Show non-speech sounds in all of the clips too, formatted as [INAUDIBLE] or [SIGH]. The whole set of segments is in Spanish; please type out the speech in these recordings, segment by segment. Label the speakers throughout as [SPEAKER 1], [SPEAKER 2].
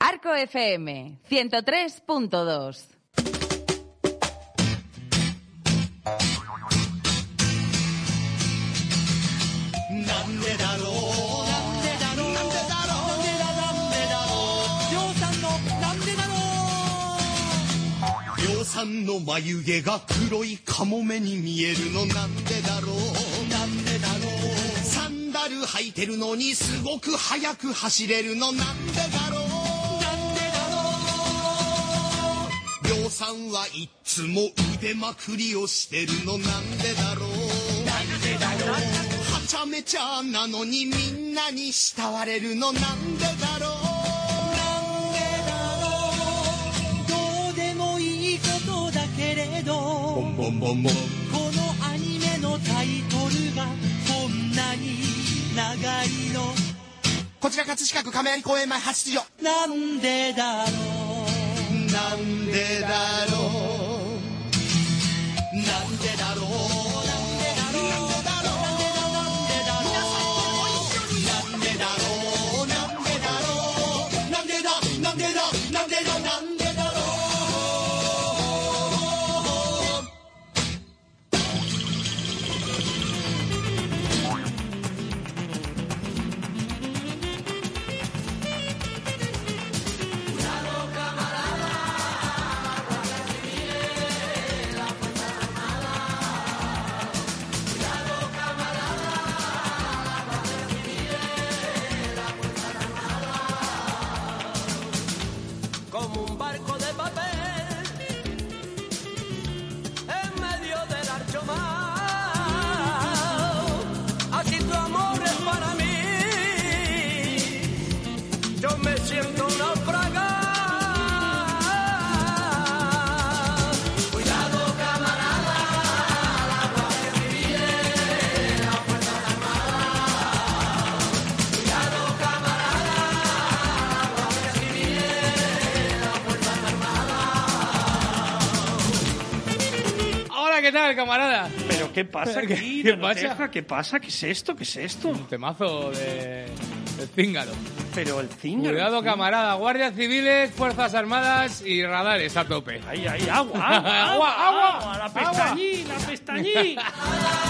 [SPEAKER 1] Arco FM 103.2.
[SPEAKER 2] りょうさんの眉毛が黒いカモメに見えるのなんでだろうなんでだろうサンダル履いてるのにすごく速く走れるのなんでだろうなんでだろうりょうさんはいっつも腕まくりをしてるのなんでだろうなんでだろうはちゃめちゃなのにみんなに慕われるのなんでだろうなんで
[SPEAKER 3] どうでもいいことだけれど
[SPEAKER 2] ボ
[SPEAKER 3] こ
[SPEAKER 2] ンボンボンボ
[SPEAKER 3] の
[SPEAKER 2] ン
[SPEAKER 3] アニメのタイトルがこんなに長いの
[SPEAKER 2] こちら葛飾区亀有公園前8時
[SPEAKER 3] なんでだろう
[SPEAKER 2] なんでだろうなんでだろうなんでだろうなんでだろうなんでだろうなんでだろうなんでだなんでだなんでだなんでだろ
[SPEAKER 4] como un barco de papel en medio del archo mar. Así tu amor es para mí, yo me siento un naufragado.
[SPEAKER 5] Hola, ¿qué tal, camarada?
[SPEAKER 6] ¿Pero qué pasa
[SPEAKER 5] ¿Qué-
[SPEAKER 6] aquí?
[SPEAKER 5] qué
[SPEAKER 6] ¿Qué,
[SPEAKER 5] pasa?
[SPEAKER 6] pasa? ¿Qué pasa? ¿Qué es esto? ¿Qué es esto?
[SPEAKER 5] Un temazo de... de Cíngaro.
[SPEAKER 6] Pero el cine...
[SPEAKER 5] Cuidado, camarada. Guardias civiles, fuerzas armadas y radares a tope.
[SPEAKER 6] ¡Ay, ay, agua!
[SPEAKER 5] [LAUGHS]
[SPEAKER 6] ¡Agua,
[SPEAKER 5] Agua,
[SPEAKER 6] agua!
[SPEAKER 5] agua,
[SPEAKER 6] agua ¡La
[SPEAKER 5] agua.
[SPEAKER 6] pestañí, la
[SPEAKER 5] [LAUGHS]
[SPEAKER 6] pestañí!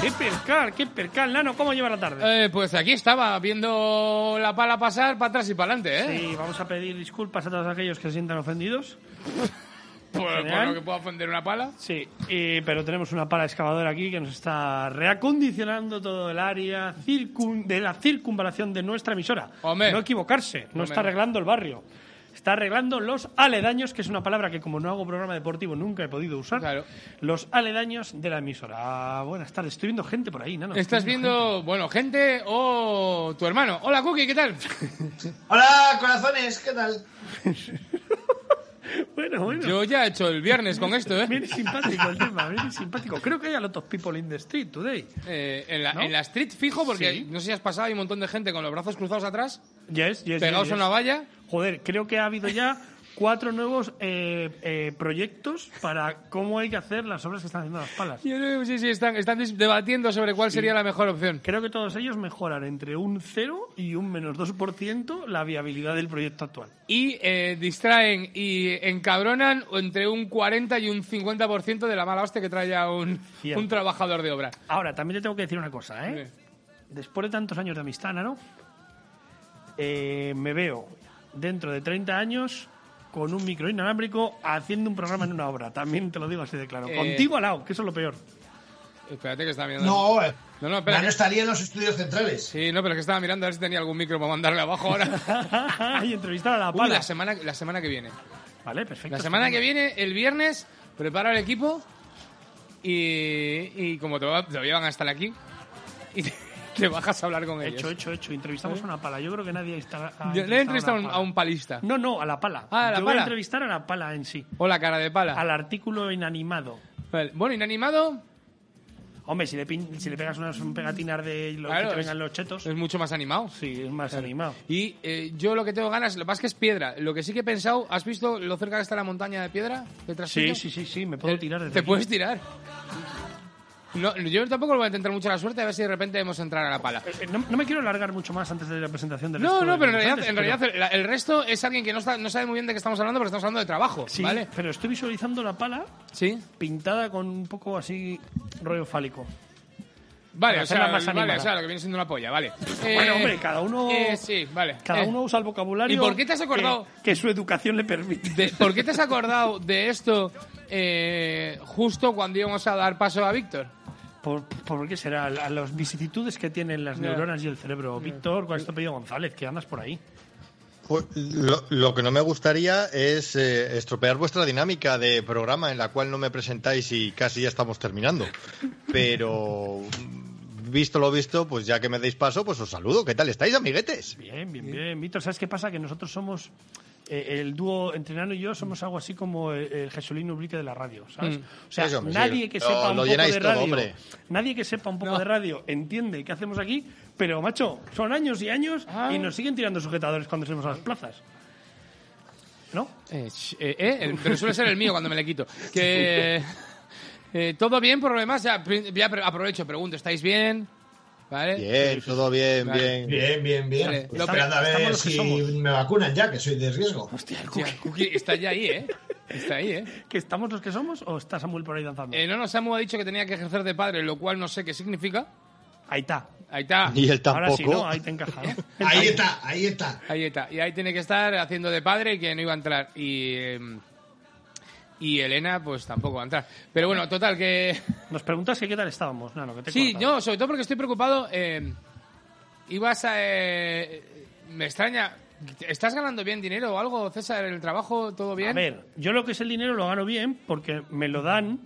[SPEAKER 6] ¡Qué percal, qué percal! Nano, ¿cómo lleva la tarde?
[SPEAKER 5] Eh, pues aquí estaba, viendo la pala pasar para atrás y para adelante, ¿eh?
[SPEAKER 6] Sí, vamos a pedir disculpas a todos aquellos que se sientan ofendidos.
[SPEAKER 5] Por, por
[SPEAKER 6] Genial.
[SPEAKER 5] lo Pues, que pueda ofender una pala.
[SPEAKER 6] Sí, y- pero tenemos una pala excavadora aquí que nos está reacondicionando todo el área circun- de la circunvalación de nuestra emisora.
[SPEAKER 5] Hombre.
[SPEAKER 6] No equivocarse, no
[SPEAKER 5] Hombre.
[SPEAKER 6] está arreglando el barrio. Está arreglando los aledaños, que es una palabra que como no hago programa deportivo nunca he podido usar.
[SPEAKER 5] Claro.
[SPEAKER 6] Los aledaños de la emisora. Ah, buenas tardes, estoy viendo gente por ahí, ¿no?
[SPEAKER 5] Estás viendo, bueno, gente o tu hermano. Hola, Cookie, ¿qué
[SPEAKER 6] [LAUGHS]
[SPEAKER 5] tal?
[SPEAKER 7] Hola, corazones, ¿qué tal?
[SPEAKER 6] Bueno, bueno.
[SPEAKER 5] Yo ya he hecho el viernes con esto, ¿eh?
[SPEAKER 6] Viene simpático el tema, viene simpático. Creo que hay a lot of people in the street today.
[SPEAKER 5] Eh, en, la,
[SPEAKER 6] ¿No?
[SPEAKER 5] en la street fijo, porque
[SPEAKER 6] Sí.
[SPEAKER 5] no sé si has pasado, hay un montón de gente con los brazos cruzados atrás,
[SPEAKER 6] Yes, yes,
[SPEAKER 5] pegados
[SPEAKER 6] yes,
[SPEAKER 5] a una
[SPEAKER 6] yes.
[SPEAKER 5] valla.
[SPEAKER 6] Joder, creo que ha habido ya cuatro nuevos eh, eh, proyectos para cómo hay que hacer las obras que están haciendo las palas.
[SPEAKER 5] Yo no sé si están, están dis- debatiendo sobre cuál sería la mejor opción.
[SPEAKER 6] Creo que todos ellos mejoran entre un 0 y un menos 2% la viabilidad del proyecto actual.
[SPEAKER 5] Y eh, distraen y encabronan entre un 40 y un 50% de la mala hostia que trae ya un,
[SPEAKER 6] Cierto.
[SPEAKER 5] un trabajador de obra.
[SPEAKER 6] Ahora, también te tengo que decir una cosa, ¿eh? Después de tantos años de amistad, ¿no? me veo dentro de 30 años con un micro inalámbrico haciendo un programa en una obra. También te lo digo así de claro.
[SPEAKER 5] Eh,
[SPEAKER 6] Contigo al lado, que eso es lo peor. [LAUGHS]
[SPEAKER 5] Espérate que estaba mirando.
[SPEAKER 7] No, eh,
[SPEAKER 5] no, no, espera.
[SPEAKER 7] ya no
[SPEAKER 5] que-
[SPEAKER 7] estaría en los estudios centrales.
[SPEAKER 5] Sí, no, pero que estaba mirando a ver si tenía algún micro para mandarle
[SPEAKER 7] [LAUGHS]
[SPEAKER 5] abajo ahora.
[SPEAKER 6] y entrevistar a la
[SPEAKER 5] Uy,
[SPEAKER 6] pala.
[SPEAKER 5] la semana, la semana que viene.
[SPEAKER 6] Vale, perfecto.
[SPEAKER 5] La semana que viene, el viernes, preparo el equipo [LAUGHS] y, y como to- todavía van a estar aquí, y, Te bajas a hablar con ellos.
[SPEAKER 6] Hecho, hecho, hecho. Entrevistamos a una pala. Yo creo que nadie está. ha
[SPEAKER 5] ¿Eh? Yo le he entrevistado a un,
[SPEAKER 6] una
[SPEAKER 5] a un palista.
[SPEAKER 6] No, no, a la pala.
[SPEAKER 5] Ah, a la
[SPEAKER 6] Yo voy
[SPEAKER 5] pala.
[SPEAKER 6] a entrevistar a la pala en sí.
[SPEAKER 5] O la cara de pala.
[SPEAKER 6] Al artículo inanimado.
[SPEAKER 5] Vale. Bueno, inanimado
[SPEAKER 6] Hombre, si le, pin- si le pegas unas pegatinas de lo
[SPEAKER 5] Claro,
[SPEAKER 6] que te
[SPEAKER 5] es-
[SPEAKER 6] vengan los chetos,
[SPEAKER 5] es mucho más animado.
[SPEAKER 6] sí, es más animado.
[SPEAKER 5] Y eh, yo lo que tengo ganas, lo que pasa es que es piedra. Lo que sí que he pensado, ¿has visto lo cerca que está la montaña de piedra? Detrás
[SPEAKER 6] Sí,
[SPEAKER 5] tuyo?
[SPEAKER 6] sí, sí, sí, me puedo
[SPEAKER 5] Eh,
[SPEAKER 6] tirar desde
[SPEAKER 5] Te
[SPEAKER 6] aquí.
[SPEAKER 5] puedes tirar. No, yo tampoco lo voy a intentar mucho la suerte, a ver si de repente hemos entrar a la pala.
[SPEAKER 6] Eh, No, no me quiero alargar mucho más antes de la presentación del
[SPEAKER 5] No,
[SPEAKER 6] resto
[SPEAKER 5] no,
[SPEAKER 6] de
[SPEAKER 5] pero en realidad,
[SPEAKER 6] concursantes,
[SPEAKER 5] en
[SPEAKER 6] pero-
[SPEAKER 5] realidad el, la- el resto es alguien que no, está- no sabe muy bien de qué estamos hablando, pero estamos hablando de trabajo,
[SPEAKER 6] Sí,
[SPEAKER 5] ¿vale?
[SPEAKER 6] pero estoy visualizando la pala
[SPEAKER 5] Sí.
[SPEAKER 6] pintada con un poco así rollo fálico.
[SPEAKER 5] Vale,
[SPEAKER 6] Para
[SPEAKER 5] o sea,
[SPEAKER 6] hacerla más
[SPEAKER 5] vale,
[SPEAKER 6] animada.
[SPEAKER 5] o sea, lo que viene siendo una polla, vale. Eh,
[SPEAKER 6] bueno, hombre, cada uno.
[SPEAKER 5] eh, sí, vale.
[SPEAKER 6] Cada
[SPEAKER 5] Eh,
[SPEAKER 6] uno usa el vocabulario.
[SPEAKER 5] ¿y por qué te has acordado?
[SPEAKER 6] Que, que su educación le permite.
[SPEAKER 5] de- ¿Por qué te has acordado de esto eh, justo cuando íbamos a dar paso a Víctor?
[SPEAKER 6] ¿Por, por qué será? A las vicisitudes que tienen las
[SPEAKER 5] Ya.
[SPEAKER 6] neuronas y el cerebro. Víctor, ¿cuál es tu apellido González? Que andas por ahí.
[SPEAKER 8] Pues, Lo, lo que no me gustaría es eh, estropear vuestra dinámica de programa en la cual no me presentáis y casi ya estamos terminando. Pero mm, visto lo visto, pues ya que me deis paso, pues os saludo. ¿Qué tal estáis, amiguetes?
[SPEAKER 6] Bien, bien, bien. Víctor, ¿sabes qué pasa? Que nosotros somos. eh, el dúo entre Nano y yo somos algo así como el, el Jesulín Ubrique de la radio, ¿sabes?
[SPEAKER 5] Mm.
[SPEAKER 6] O sea,
[SPEAKER 8] Eso, hombre,
[SPEAKER 6] nadie
[SPEAKER 8] sí.
[SPEAKER 6] que
[SPEAKER 8] Lo-
[SPEAKER 6] sepa un
[SPEAKER 8] lo
[SPEAKER 6] poco
[SPEAKER 8] llenáis
[SPEAKER 6] de
[SPEAKER 8] todo,
[SPEAKER 6] radio,
[SPEAKER 8] hombre.
[SPEAKER 6] nadie que sepa un poco de radio entiende qué hacemos aquí, pero macho, son años y años
[SPEAKER 5] Ah.
[SPEAKER 6] y nos siguen tirando sujetadores cuando salimos a las plazas. ¿No?
[SPEAKER 5] Eh, sh- eh, eh, el- pero suele ser el mío cuando me le [LAUGHS] quito. Que, eh, ¿Todo bien por lo demás? Ya, pri- ya pre- aprovecho, pregunto, ¿estáis bien? ¿Vale?
[SPEAKER 8] Bien, todo bien,
[SPEAKER 5] Vale.
[SPEAKER 8] bien.
[SPEAKER 7] Bien, bien, bien.
[SPEAKER 5] Vale,
[SPEAKER 7] Estoy
[SPEAKER 5] lo-
[SPEAKER 7] Esperando a
[SPEAKER 6] estamos
[SPEAKER 7] ver
[SPEAKER 6] los que
[SPEAKER 7] si
[SPEAKER 6] somos.
[SPEAKER 7] me vacunan ya, que soy de riesgo.
[SPEAKER 5] Hostia, el Cookie está ya ahí, ¿eh? Está ahí, ¿eh?
[SPEAKER 6] ¿Que estamos los que somos o está Samuel por ahí danzando?
[SPEAKER 5] Eh, no, no, Samu ha dicho que tenía que ejercer de padre, lo cual no sé qué significa.
[SPEAKER 6] Ahí está.
[SPEAKER 5] Ahí está.
[SPEAKER 8] Y él tampoco.
[SPEAKER 6] Ahora sí, ¿no? Ahí te encaja,
[SPEAKER 8] [LAUGHS]
[SPEAKER 6] ¿no?
[SPEAKER 7] Ahí está, ahí está.
[SPEAKER 5] Ahí está. Y ahí tiene que estar haciendo de padre y que no iba a entrar. Y, eh, y Elena, pues tampoco va a entrar. Pero bueno, total, que...
[SPEAKER 6] Nos preguntas que qué tal estábamos, Nano, que te he
[SPEAKER 5] Sí,
[SPEAKER 6] cortado.
[SPEAKER 5] no, sobre todo porque estoy preocupado. eh, ibas a. eh, me extraña. ¿Estás ganando bien dinero o algo, César? ¿El trabajo todo bien?
[SPEAKER 6] A ver, yo lo que es el dinero lo gano bien porque me lo dan.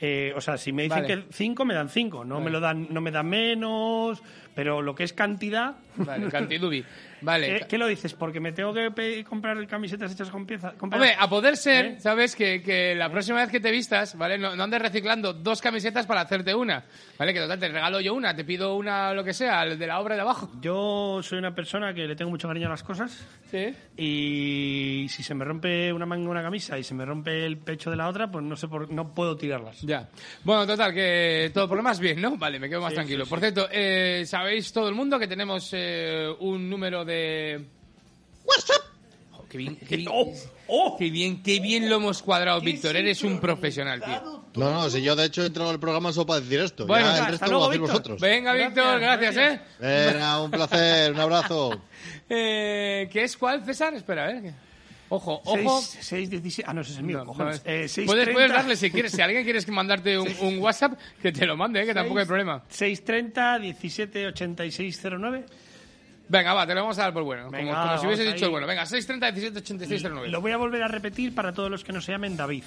[SPEAKER 6] eh, o sea, si me dicen
[SPEAKER 5] Vale.
[SPEAKER 6] que 5, me dan 5. No,
[SPEAKER 5] Vale.
[SPEAKER 6] me lo dan, no me dan menos. Pero lo que es cantidad.
[SPEAKER 5] Vale,
[SPEAKER 6] [LAUGHS]
[SPEAKER 5] Cantidubi. Vale.
[SPEAKER 6] ¿Qué, qué lo dices? ¿Porque me tengo que pe- comprar camisetas hechas con piezas? con
[SPEAKER 5] Hombre,
[SPEAKER 6] pedazos?
[SPEAKER 5] a poder ser,
[SPEAKER 6] ¿Eh?
[SPEAKER 5] ¿sabes? Que, que la próxima vez que te vistas, ¿vale? No, no andes reciclando dos camisetas para hacerte una. ¿Vale? Que total, te regalo yo una, te pido una, lo que sea, el de la obra de abajo.
[SPEAKER 6] Yo soy una persona que le tengo mucho cariño a las cosas.
[SPEAKER 5] Sí.
[SPEAKER 6] Y si se me rompe una manga de una camisa y se me rompe el pecho de la otra, pues no sé por, no puedo tirarlas.
[SPEAKER 5] Ya. Bueno, total, que todo por lo más bien, ¿no? Vale, me quedo más tranquilo. Por cierto, eh, sabéis todo el mundo que tenemos eh, un número de... WhatsApp. qué, bien,
[SPEAKER 6] [LAUGHS]
[SPEAKER 5] qué, bien,
[SPEAKER 6] ¡Oh! ¡Oh!
[SPEAKER 5] qué bien, qué bien lo hemos cuadrado, Víctor. Eres un profesional, tío.
[SPEAKER 8] No, no, si yo de hecho he entrado al programa solo para decir esto.
[SPEAKER 5] Bueno,
[SPEAKER 8] ya
[SPEAKER 5] hasta
[SPEAKER 8] el resto
[SPEAKER 6] luego,
[SPEAKER 8] lo hacéis
[SPEAKER 6] Víctor.
[SPEAKER 8] vosotros.
[SPEAKER 5] Venga,
[SPEAKER 6] Gracias,
[SPEAKER 5] Víctor, gracias,
[SPEAKER 6] gracias.
[SPEAKER 8] Era un placer, un abrazo.
[SPEAKER 5] ¿eh? ¿eh? ¿Qué es cuál, César? Espera, a ver. Ojo, ojo.
[SPEAKER 6] 6, 17. Ah, no, ese es el mío.
[SPEAKER 5] No, no,
[SPEAKER 6] cojones. Eh,
[SPEAKER 5] puedes,
[SPEAKER 6] 6,
[SPEAKER 5] puedes darle si quieres. Si alguien quieres que mandarte
[SPEAKER 6] [LAUGHS]
[SPEAKER 5] un, un WhatsApp, que te lo mande, ¿eh? que tampoco hay problema.
[SPEAKER 6] 630 17 86 09.
[SPEAKER 5] Venga, va, te lo vamos a dar por bueno. como,
[SPEAKER 6] Venga,
[SPEAKER 5] como si
[SPEAKER 6] vamos
[SPEAKER 5] hubiese
[SPEAKER 6] ahí.
[SPEAKER 5] dicho el bueno. Venga, 630 17 86 09.
[SPEAKER 6] Lo voy a volver a repetir para todos los que no se llamen David,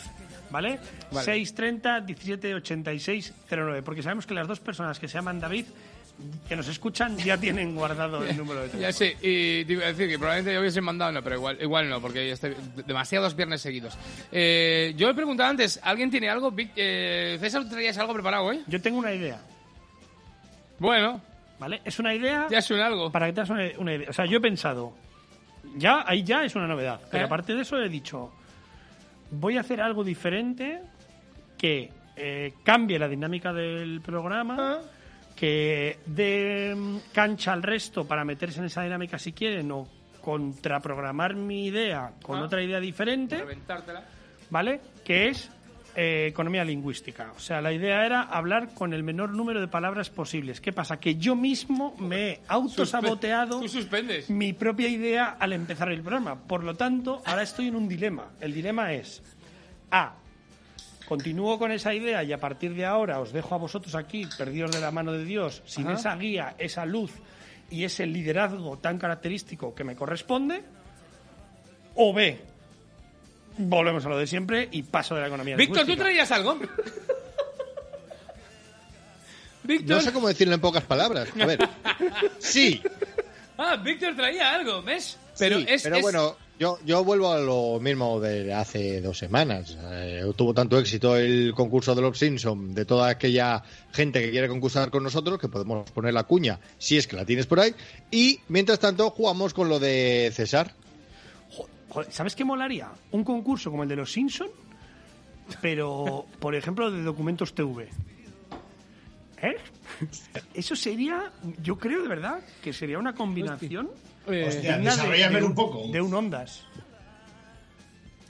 [SPEAKER 6] ¿vale?
[SPEAKER 5] Vale.
[SPEAKER 6] 630 17 86 09, porque sabemos que las dos personas que se llaman David que nos escuchan ya tienen guardado el número de teléfono.
[SPEAKER 5] [LAUGHS] Ya sé, y te iba a decir que probablemente yo hubiese mandado no, pero igual, igual no, porque ya estoy demasiados viernes seguidos. Eh, yo he preguntado antes, ¿alguien tiene algo? Vic- eh, César, ¿tú traías algo preparado, eh?
[SPEAKER 6] Yo tengo una idea,
[SPEAKER 5] Bueno,
[SPEAKER 6] ¿vale? Es una idea
[SPEAKER 5] ya es un algo.
[SPEAKER 6] para que te hagas una, una idea. O sea, yo he pensado, ya ahí ya es una novedad, pero
[SPEAKER 5] ¿Eh?
[SPEAKER 6] aparte de eso he dicho, voy a hacer algo diferente que eh, cambie la dinámica del
[SPEAKER 5] Ah.
[SPEAKER 6] programa, que dé mm, cancha al resto para meterse en esa dinámica si quieren o contraprogramar mi idea con
[SPEAKER 5] Ah.
[SPEAKER 6] otra idea diferente,
[SPEAKER 5] Reventártela.
[SPEAKER 6] ¿vale? Que es eh, economía lingüística. O sea, la idea era hablar con el menor número de palabras posibles. ¿Qué pasa? Que yo mismo me he autosaboteado
[SPEAKER 5] Tú suspendes.
[SPEAKER 6] mi propia idea al empezar el programa. Por lo tanto, ahora estoy en un dilema. El dilema es A. Continúo con esa idea y a partir de ahora os dejo a vosotros aquí, perdidos de la mano de Dios, sin
[SPEAKER 5] Ajá.
[SPEAKER 6] esa guía, esa luz y ese liderazgo tan característico que me corresponde. O B. Volvemos a lo de [LAUGHS] siempre y paso de la economía.
[SPEAKER 5] Víctor, ¿tú
[SPEAKER 6] lingüística.
[SPEAKER 5] traías algo? Víctor.
[SPEAKER 8] No sé cómo decirlo en pocas palabras. A ver. Sí.
[SPEAKER 5] Ah, Víctor traía algo, ¿ves? Pero
[SPEAKER 8] sí,
[SPEAKER 5] es.
[SPEAKER 8] pero
[SPEAKER 5] es-
[SPEAKER 8] bueno, yo, yo vuelvo a lo mismo de hace dos semanas. Eh, tuvo tanto éxito el concurso de los Simpson, de toda aquella gente que quiere concursar con nosotros, que podemos poner la cuña, si es que la tienes por ahí. Y mientras tanto, jugamos con lo de César.
[SPEAKER 6] Joder, ¿Sabes qué molaría? Un concurso como el de los Simpson, pero, por ejemplo, de documentos TV. ¿Eh? Eso sería, yo creo de verdad, que sería una combinación
[SPEAKER 5] Eh,
[SPEAKER 7] Hostia,
[SPEAKER 6] digna de-
[SPEAKER 7] desarrollame
[SPEAKER 6] de
[SPEAKER 7] un poco.
[SPEAKER 6] De un Ondas.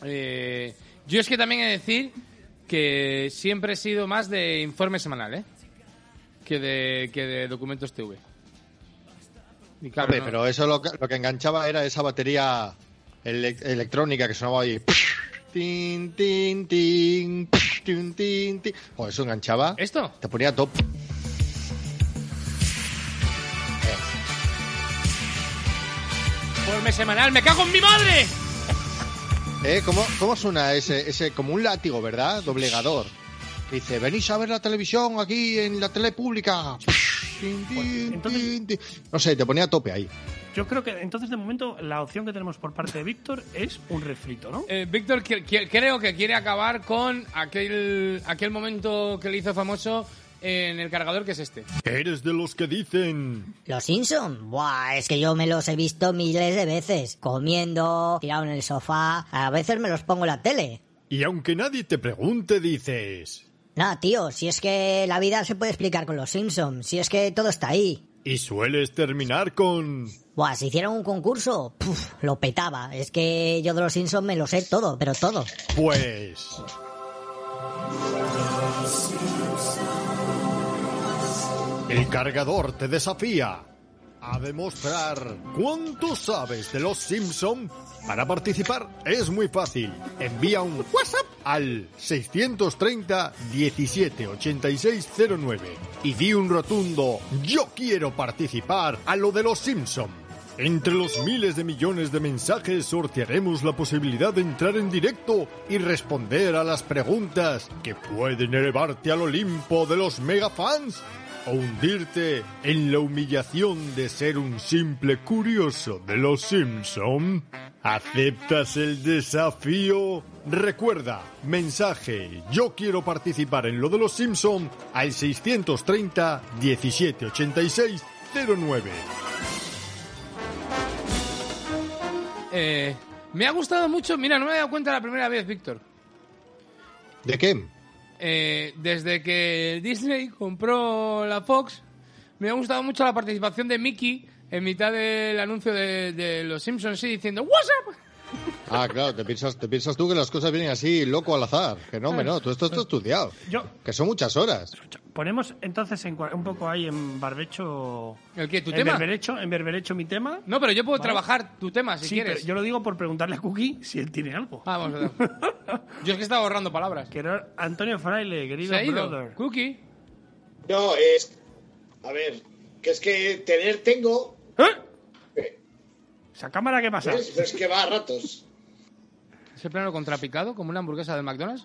[SPEAKER 5] eh, yo es que también he de decir que siempre he sido más de informe semanal, ¿eh? Que de, que de documentos TV. Y claro,
[SPEAKER 8] Hombre,
[SPEAKER 5] no-
[SPEAKER 8] pero eso lo que, lo que enganchaba era esa batería ele- electrónica que sonaba ahí. Tin, tin, tin, tin, tin, tin. Joder, eso enganchaba.
[SPEAKER 5] ¿Esto?
[SPEAKER 8] Te ponía top.
[SPEAKER 5] Informe semanal, me cago en mi madre.
[SPEAKER 8] ¿Eh? ¿Cómo, cómo suena ese, ese? Como un látigo, ¿verdad? Doblegador. Que dice, venís a ver la televisión aquí en la tele pública. Tin, tin,
[SPEAKER 6] entonces-
[SPEAKER 8] tin, tin. No sé, te ponía a tope ahí.
[SPEAKER 6] Yo creo que entonces de momento la opción que tenemos por parte de Víctor es un refrito, ¿no?
[SPEAKER 5] Eh, Víctor que- que- creo que quiere acabar con aquel, aquel momento que le hizo famoso en el cargador, que es este.
[SPEAKER 8] Eres de los que dicen.
[SPEAKER 9] ¿Los Simpson? Buah, es que yo me los he visto miles de veces. Comiendo, tirado en el sofá. A veces me los pongo en la tele.
[SPEAKER 8] Y aunque nadie te pregunte, dices.
[SPEAKER 9] Nah, tío, si es que la vida se puede explicar con los Simpson. Si es que todo está ahí.
[SPEAKER 8] Y sueles terminar con.
[SPEAKER 9] Buah, si hicieran un concurso, puf, lo petaba. Es que yo de los Simpson me lo sé todo, pero todo.
[SPEAKER 8] Pues. El cargador te desafía a demostrar cuánto sabes de los Simpson. Para participar es muy fácil. Envía un WhatsApp al 630 17 8609 y di un rotundo yo quiero participar a lo de los Simpson. Entre los miles de millones de mensajes sortearemos la posibilidad de entrar en directo y responder a las preguntas que pueden elevarte al Olimpo de los megafans o hundirte en la humillación de ser un simple curioso de los Simpson. ¿Aceptas el desafío? Recuerda, mensaje, yo quiero participar en lo de los Simpson al 630 1786 09.
[SPEAKER 5] Eh, me ha gustado mucho. Mira, no me he dado cuenta la primera vez, Víctor.
[SPEAKER 8] ¿De qué?
[SPEAKER 5] Eh, desde que Disney compró la Fox, me ha gustado mucho la participación de Mickey en mitad del anuncio de, de los Simpsons, sí, diciendo "What's up?".
[SPEAKER 8] Ah, claro, te piensas, te piensas tú que las cosas vienen así, loco al azar. Que no, hombre, no, tú esto está estudiado.
[SPEAKER 6] Yo-
[SPEAKER 8] Que son muchas horas.
[SPEAKER 6] Ponemos entonces en cua- un poco ahí en barbecho...
[SPEAKER 5] ¿El qué, tu
[SPEAKER 6] en
[SPEAKER 5] tema?
[SPEAKER 6] Berberecho, en berberecho mi tema.
[SPEAKER 5] No, pero yo puedo
[SPEAKER 6] Vale.
[SPEAKER 5] trabajar tu tema si
[SPEAKER 6] sí,
[SPEAKER 5] quieres.
[SPEAKER 6] pero yo lo digo por preguntarle a Cookie si él tiene algo.
[SPEAKER 5] Ah, vamos a ver. Yo es que estaba ahorrando palabras.
[SPEAKER 6] Que era Antonio Fraile,
[SPEAKER 5] Se
[SPEAKER 6] querido
[SPEAKER 5] ha ido.
[SPEAKER 6] brother.
[SPEAKER 5] Cookie.
[SPEAKER 7] No, es. A ver, que es que tener tengo.
[SPEAKER 6] ¿Eh? ¿Esa cámara qué pasa?
[SPEAKER 7] ¿ves? Pero es que va a ratos.
[SPEAKER 5] Ese plano contrapicado, como una hamburguesa del McDonald's.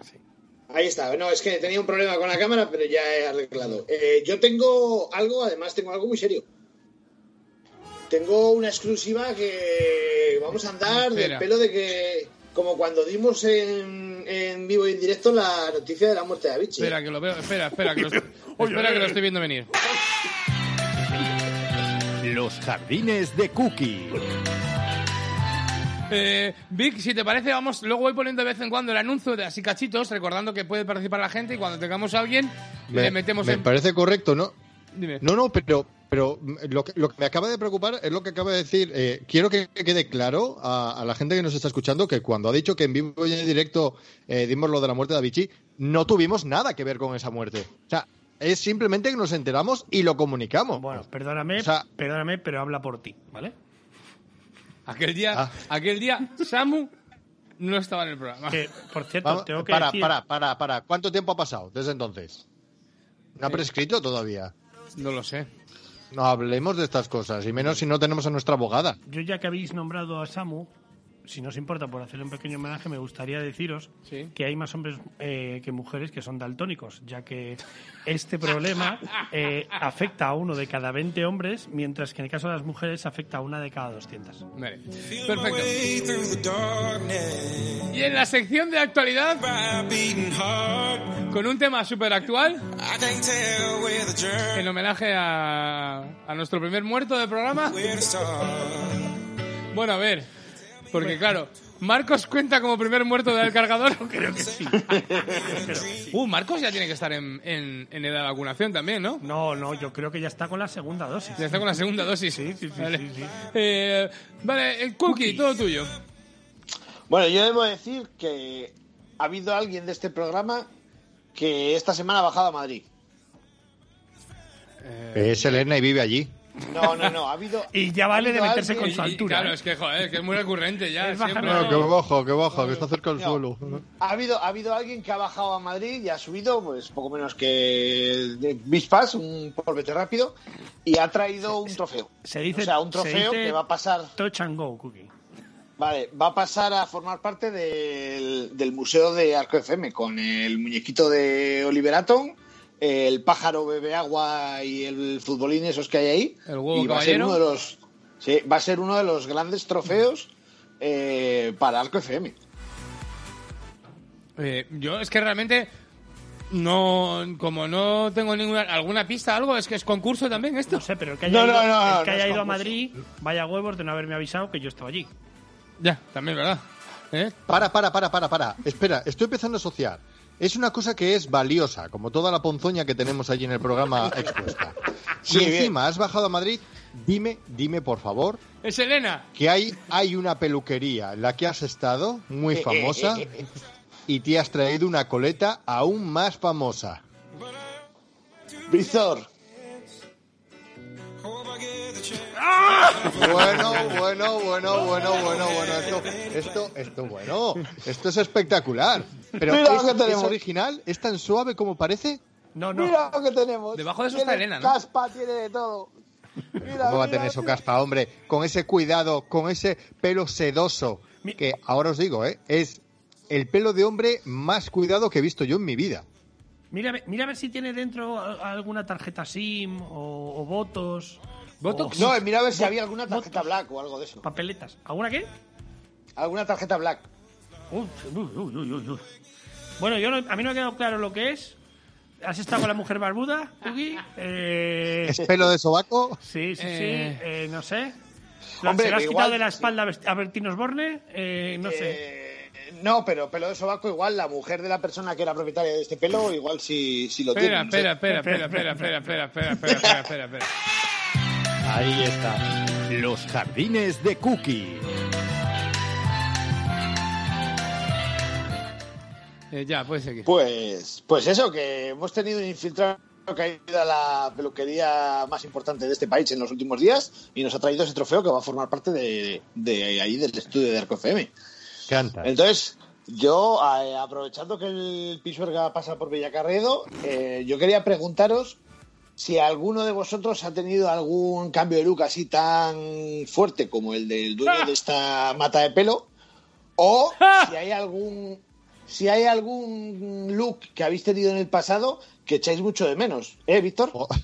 [SPEAKER 7] Ahí está. No, es que tenía un problema con la cámara, pero ya he arreglado. Eh, yo tengo algo, además tengo algo muy serio. Tengo una exclusiva que vamos a andar
[SPEAKER 5] Espera.
[SPEAKER 7] del pelo de que. Como cuando dimos en, en vivo y en directo la noticia de la muerte de Avicii.
[SPEAKER 5] Espera, que lo veo. Espera, espera, que lo, espera que lo estoy viendo venir.
[SPEAKER 8] Los jardines de Cookie.
[SPEAKER 5] Eh, Vic, si te parece, vamos, luego voy poniendo de vez en cuando el anuncio de así cachitos, recordando que puede participar la gente y cuando tengamos a alguien, le metemos
[SPEAKER 8] me
[SPEAKER 5] en...
[SPEAKER 8] parece correcto, ¿no?
[SPEAKER 5] Dime.
[SPEAKER 8] No, no, pero, pero mm, lo, que, lo que me acaba de preocupar es lo que acaba de decir. Eh, quiero que quede claro a, a la gente que nos está escuchando que cuando ha dicho que en vivo y en directo eh, dimos lo de la muerte de Avicii, no tuvimos nada que ver con esa muerte. O sea, es simplemente que nos enteramos y lo comunicamos.
[SPEAKER 6] Bueno, perdóname,
[SPEAKER 8] O sea-
[SPEAKER 6] perdóname, pero habla por ti, ¿vale?
[SPEAKER 5] Aquel día,
[SPEAKER 8] Ah.
[SPEAKER 5] aquel día, Samu no estaba en el programa.
[SPEAKER 6] Que, por cierto,
[SPEAKER 8] Vamos,
[SPEAKER 6] tengo que
[SPEAKER 8] para,
[SPEAKER 6] decir...
[SPEAKER 8] para, para, para. ¿Cuánto tiempo ha pasado desde entonces? ¿No ha prescrito todavía?
[SPEAKER 5] No lo sé.
[SPEAKER 8] No hablemos de estas cosas, y menos si no tenemos a nuestra abogada.
[SPEAKER 6] Yo ya que habéis nombrado a Samu, si no os importa, por hacerle un pequeño homenaje, me gustaría deciros que hay más hombres eh, que mujeres que son daltónicos, ya que este problema eh, afecta a uno de cada 20 hombres, mientras que en el caso de las mujeres afecta a una de cada 200.
[SPEAKER 5] Vale. Perfecto. Y en la sección de actualidad, con un tema súper actual, en homenaje a, a nuestro primer muerto del programa. Bueno, a ver, porque claro, Marcos cuenta como primer muerto del cargador. [LAUGHS] Creo que sí. Uh, Marcos ya tiene que estar en, en- en edad de vacunación también, ¿no?
[SPEAKER 6] No, no, yo creo que ya está con la segunda dosis.
[SPEAKER 5] Ya está con la segunda dosis. Sí,
[SPEAKER 6] sí,
[SPEAKER 5] vale.
[SPEAKER 6] sí, sí.
[SPEAKER 5] Eh, vale, el Cookie, todo tuyo.
[SPEAKER 7] Bueno, yo debo decir que ha habido alguien de este programa que esta semana ha bajado a Madrid. Eh,
[SPEAKER 8] Es Elena y vive allí.
[SPEAKER 7] No, no, no, ha habido...
[SPEAKER 6] Y ya vale de
[SPEAKER 7] ha habido
[SPEAKER 6] meterse con
[SPEAKER 7] alguien-
[SPEAKER 6] su altura. ¿eh?
[SPEAKER 5] Claro, es que, joder, es que es muy recurrente ya. siempre.
[SPEAKER 8] No, que bajo, que bajo, que está cerca del suelo.
[SPEAKER 7] Ha habido, ha habido alguien que ha bajado a Madrid y ha subido, pues poco menos que de Bispas, un polvete rápido, y ha traído un trofeo.
[SPEAKER 6] Se dice,
[SPEAKER 7] o sea, un
[SPEAKER 6] se
[SPEAKER 7] trofeo
[SPEAKER 6] dice
[SPEAKER 7] que va a pasar,
[SPEAKER 6] Touch and go, Cookie.
[SPEAKER 7] vale, va a pasar a formar parte del, del Museo de Arco FM con el muñequito de Oliver Atom, el pájaro bebe agua y el futbolín esos que hay ahí.
[SPEAKER 5] El huevo
[SPEAKER 7] y va a ser
[SPEAKER 5] caballero.
[SPEAKER 7] uno de los sí, va a ser uno de los grandes trofeos eh, para Arco FM.
[SPEAKER 5] Eh, yo es que realmente no, como no tengo ninguna alguna pista, algo, es que es concurso también esto.
[SPEAKER 6] No sé, pero el que haya ido, el que haya ido a Madrid, vaya huevos de no haberme avisado que yo estaba allí.
[SPEAKER 5] Ya, también es verdad. ¿Eh?
[SPEAKER 8] Para, para, para, para, para. Espera, estoy empezando a asociar. Es una cosa que es valiosa, como toda la ponzoña que tenemos allí en el
[SPEAKER 7] [LAUGHS]
[SPEAKER 8] programa expuesta. Si
[SPEAKER 5] Sí, bien.
[SPEAKER 8] encima has bajado a Madrid, dime, dime por favor,
[SPEAKER 5] Es Elena.
[SPEAKER 8] que hay, hay una peluquería en la que has estado, muy famosa, y te has traído una coleta aún más famosa.
[SPEAKER 7] Brizor. Ah.
[SPEAKER 8] Bueno, bueno, bueno, bueno, bueno, bueno. Esto, esto, esto, bueno. Esto es espectacular. Pero
[SPEAKER 7] Mira lo
[SPEAKER 8] es,
[SPEAKER 7] que
[SPEAKER 8] es
[SPEAKER 7] tenemos.
[SPEAKER 8] original, es tan suave como parece.
[SPEAKER 6] No,
[SPEAKER 7] Mira lo que tenemos.
[SPEAKER 8] Debajo de eso
[SPEAKER 7] Tiene
[SPEAKER 8] está Elena, ¿no?
[SPEAKER 7] Caspa tiene de todo. Mira,
[SPEAKER 8] ¿Cómo va a
[SPEAKER 7] mira,
[SPEAKER 8] tener eso caspa, hombre? Con ese cuidado, con ese pelo sedoso, que ahora os digo, ¿eh? es el pelo de hombre más cuidado que he visto yo en mi vida.
[SPEAKER 6] Mira, a ver- mira a ver si tiene dentro a- alguna tarjeta SIM o, o votos.
[SPEAKER 7] ¿Botox?
[SPEAKER 6] o-
[SPEAKER 7] No, eh, mira a ver si
[SPEAKER 6] Bo-
[SPEAKER 7] había alguna tarjeta black o algo de eso.
[SPEAKER 6] Papeletas. ¿Alguna qué?
[SPEAKER 7] Alguna tarjeta black.
[SPEAKER 6] Bueno, yo no- a mí no me ha quedado claro lo que es. ¿Has estado con la mujer barbuda, Cookie? Eh,
[SPEAKER 8] ¿Es pelo de sobaco?
[SPEAKER 6] Sí, sí, sí.
[SPEAKER 8] Eh.
[SPEAKER 6] eh, no sé. ¿Lo
[SPEAKER 7] Hombre,
[SPEAKER 6] se lo has
[SPEAKER 7] igual-
[SPEAKER 6] quitado de la espalda a Bert- a Bertín Osborne? Eh, no sé.
[SPEAKER 7] Eh, no, pero pelo de sobaco igual, la mujer de la persona que era propietaria de este pelo, igual si, si lo
[SPEAKER 5] Espera,
[SPEAKER 7] tiene.
[SPEAKER 5] espera, espera, espera, espera, espera, espera, espera, espera, espera, espera, espera.
[SPEAKER 8] Ahí está. Los jardines de Cookie.
[SPEAKER 5] Eh, ya, puede seguir.
[SPEAKER 7] Pues, pues eso, que hemos tenido un infiltrado que ha ido a la peluquería más importante de este país en los últimos días y nos ha traído ese trofeo que va a formar parte de, de ahí del estudio de Arco FM.
[SPEAKER 8] Canta.
[SPEAKER 7] Entonces, yo, a- aprovechando que el Pisuerga pasa por Villacarredo, eh, yo quería preguntaros si alguno de vosotros ha tenido algún cambio de look así tan fuerte como el del
[SPEAKER 6] eh,
[SPEAKER 7] dueño de esta mata de pelo, o si hay algún, si hay algún look que habéis tenido en el pasado que echáis mucho de menos, ¿eh, Víctor?
[SPEAKER 8] Oh, [LAUGHS]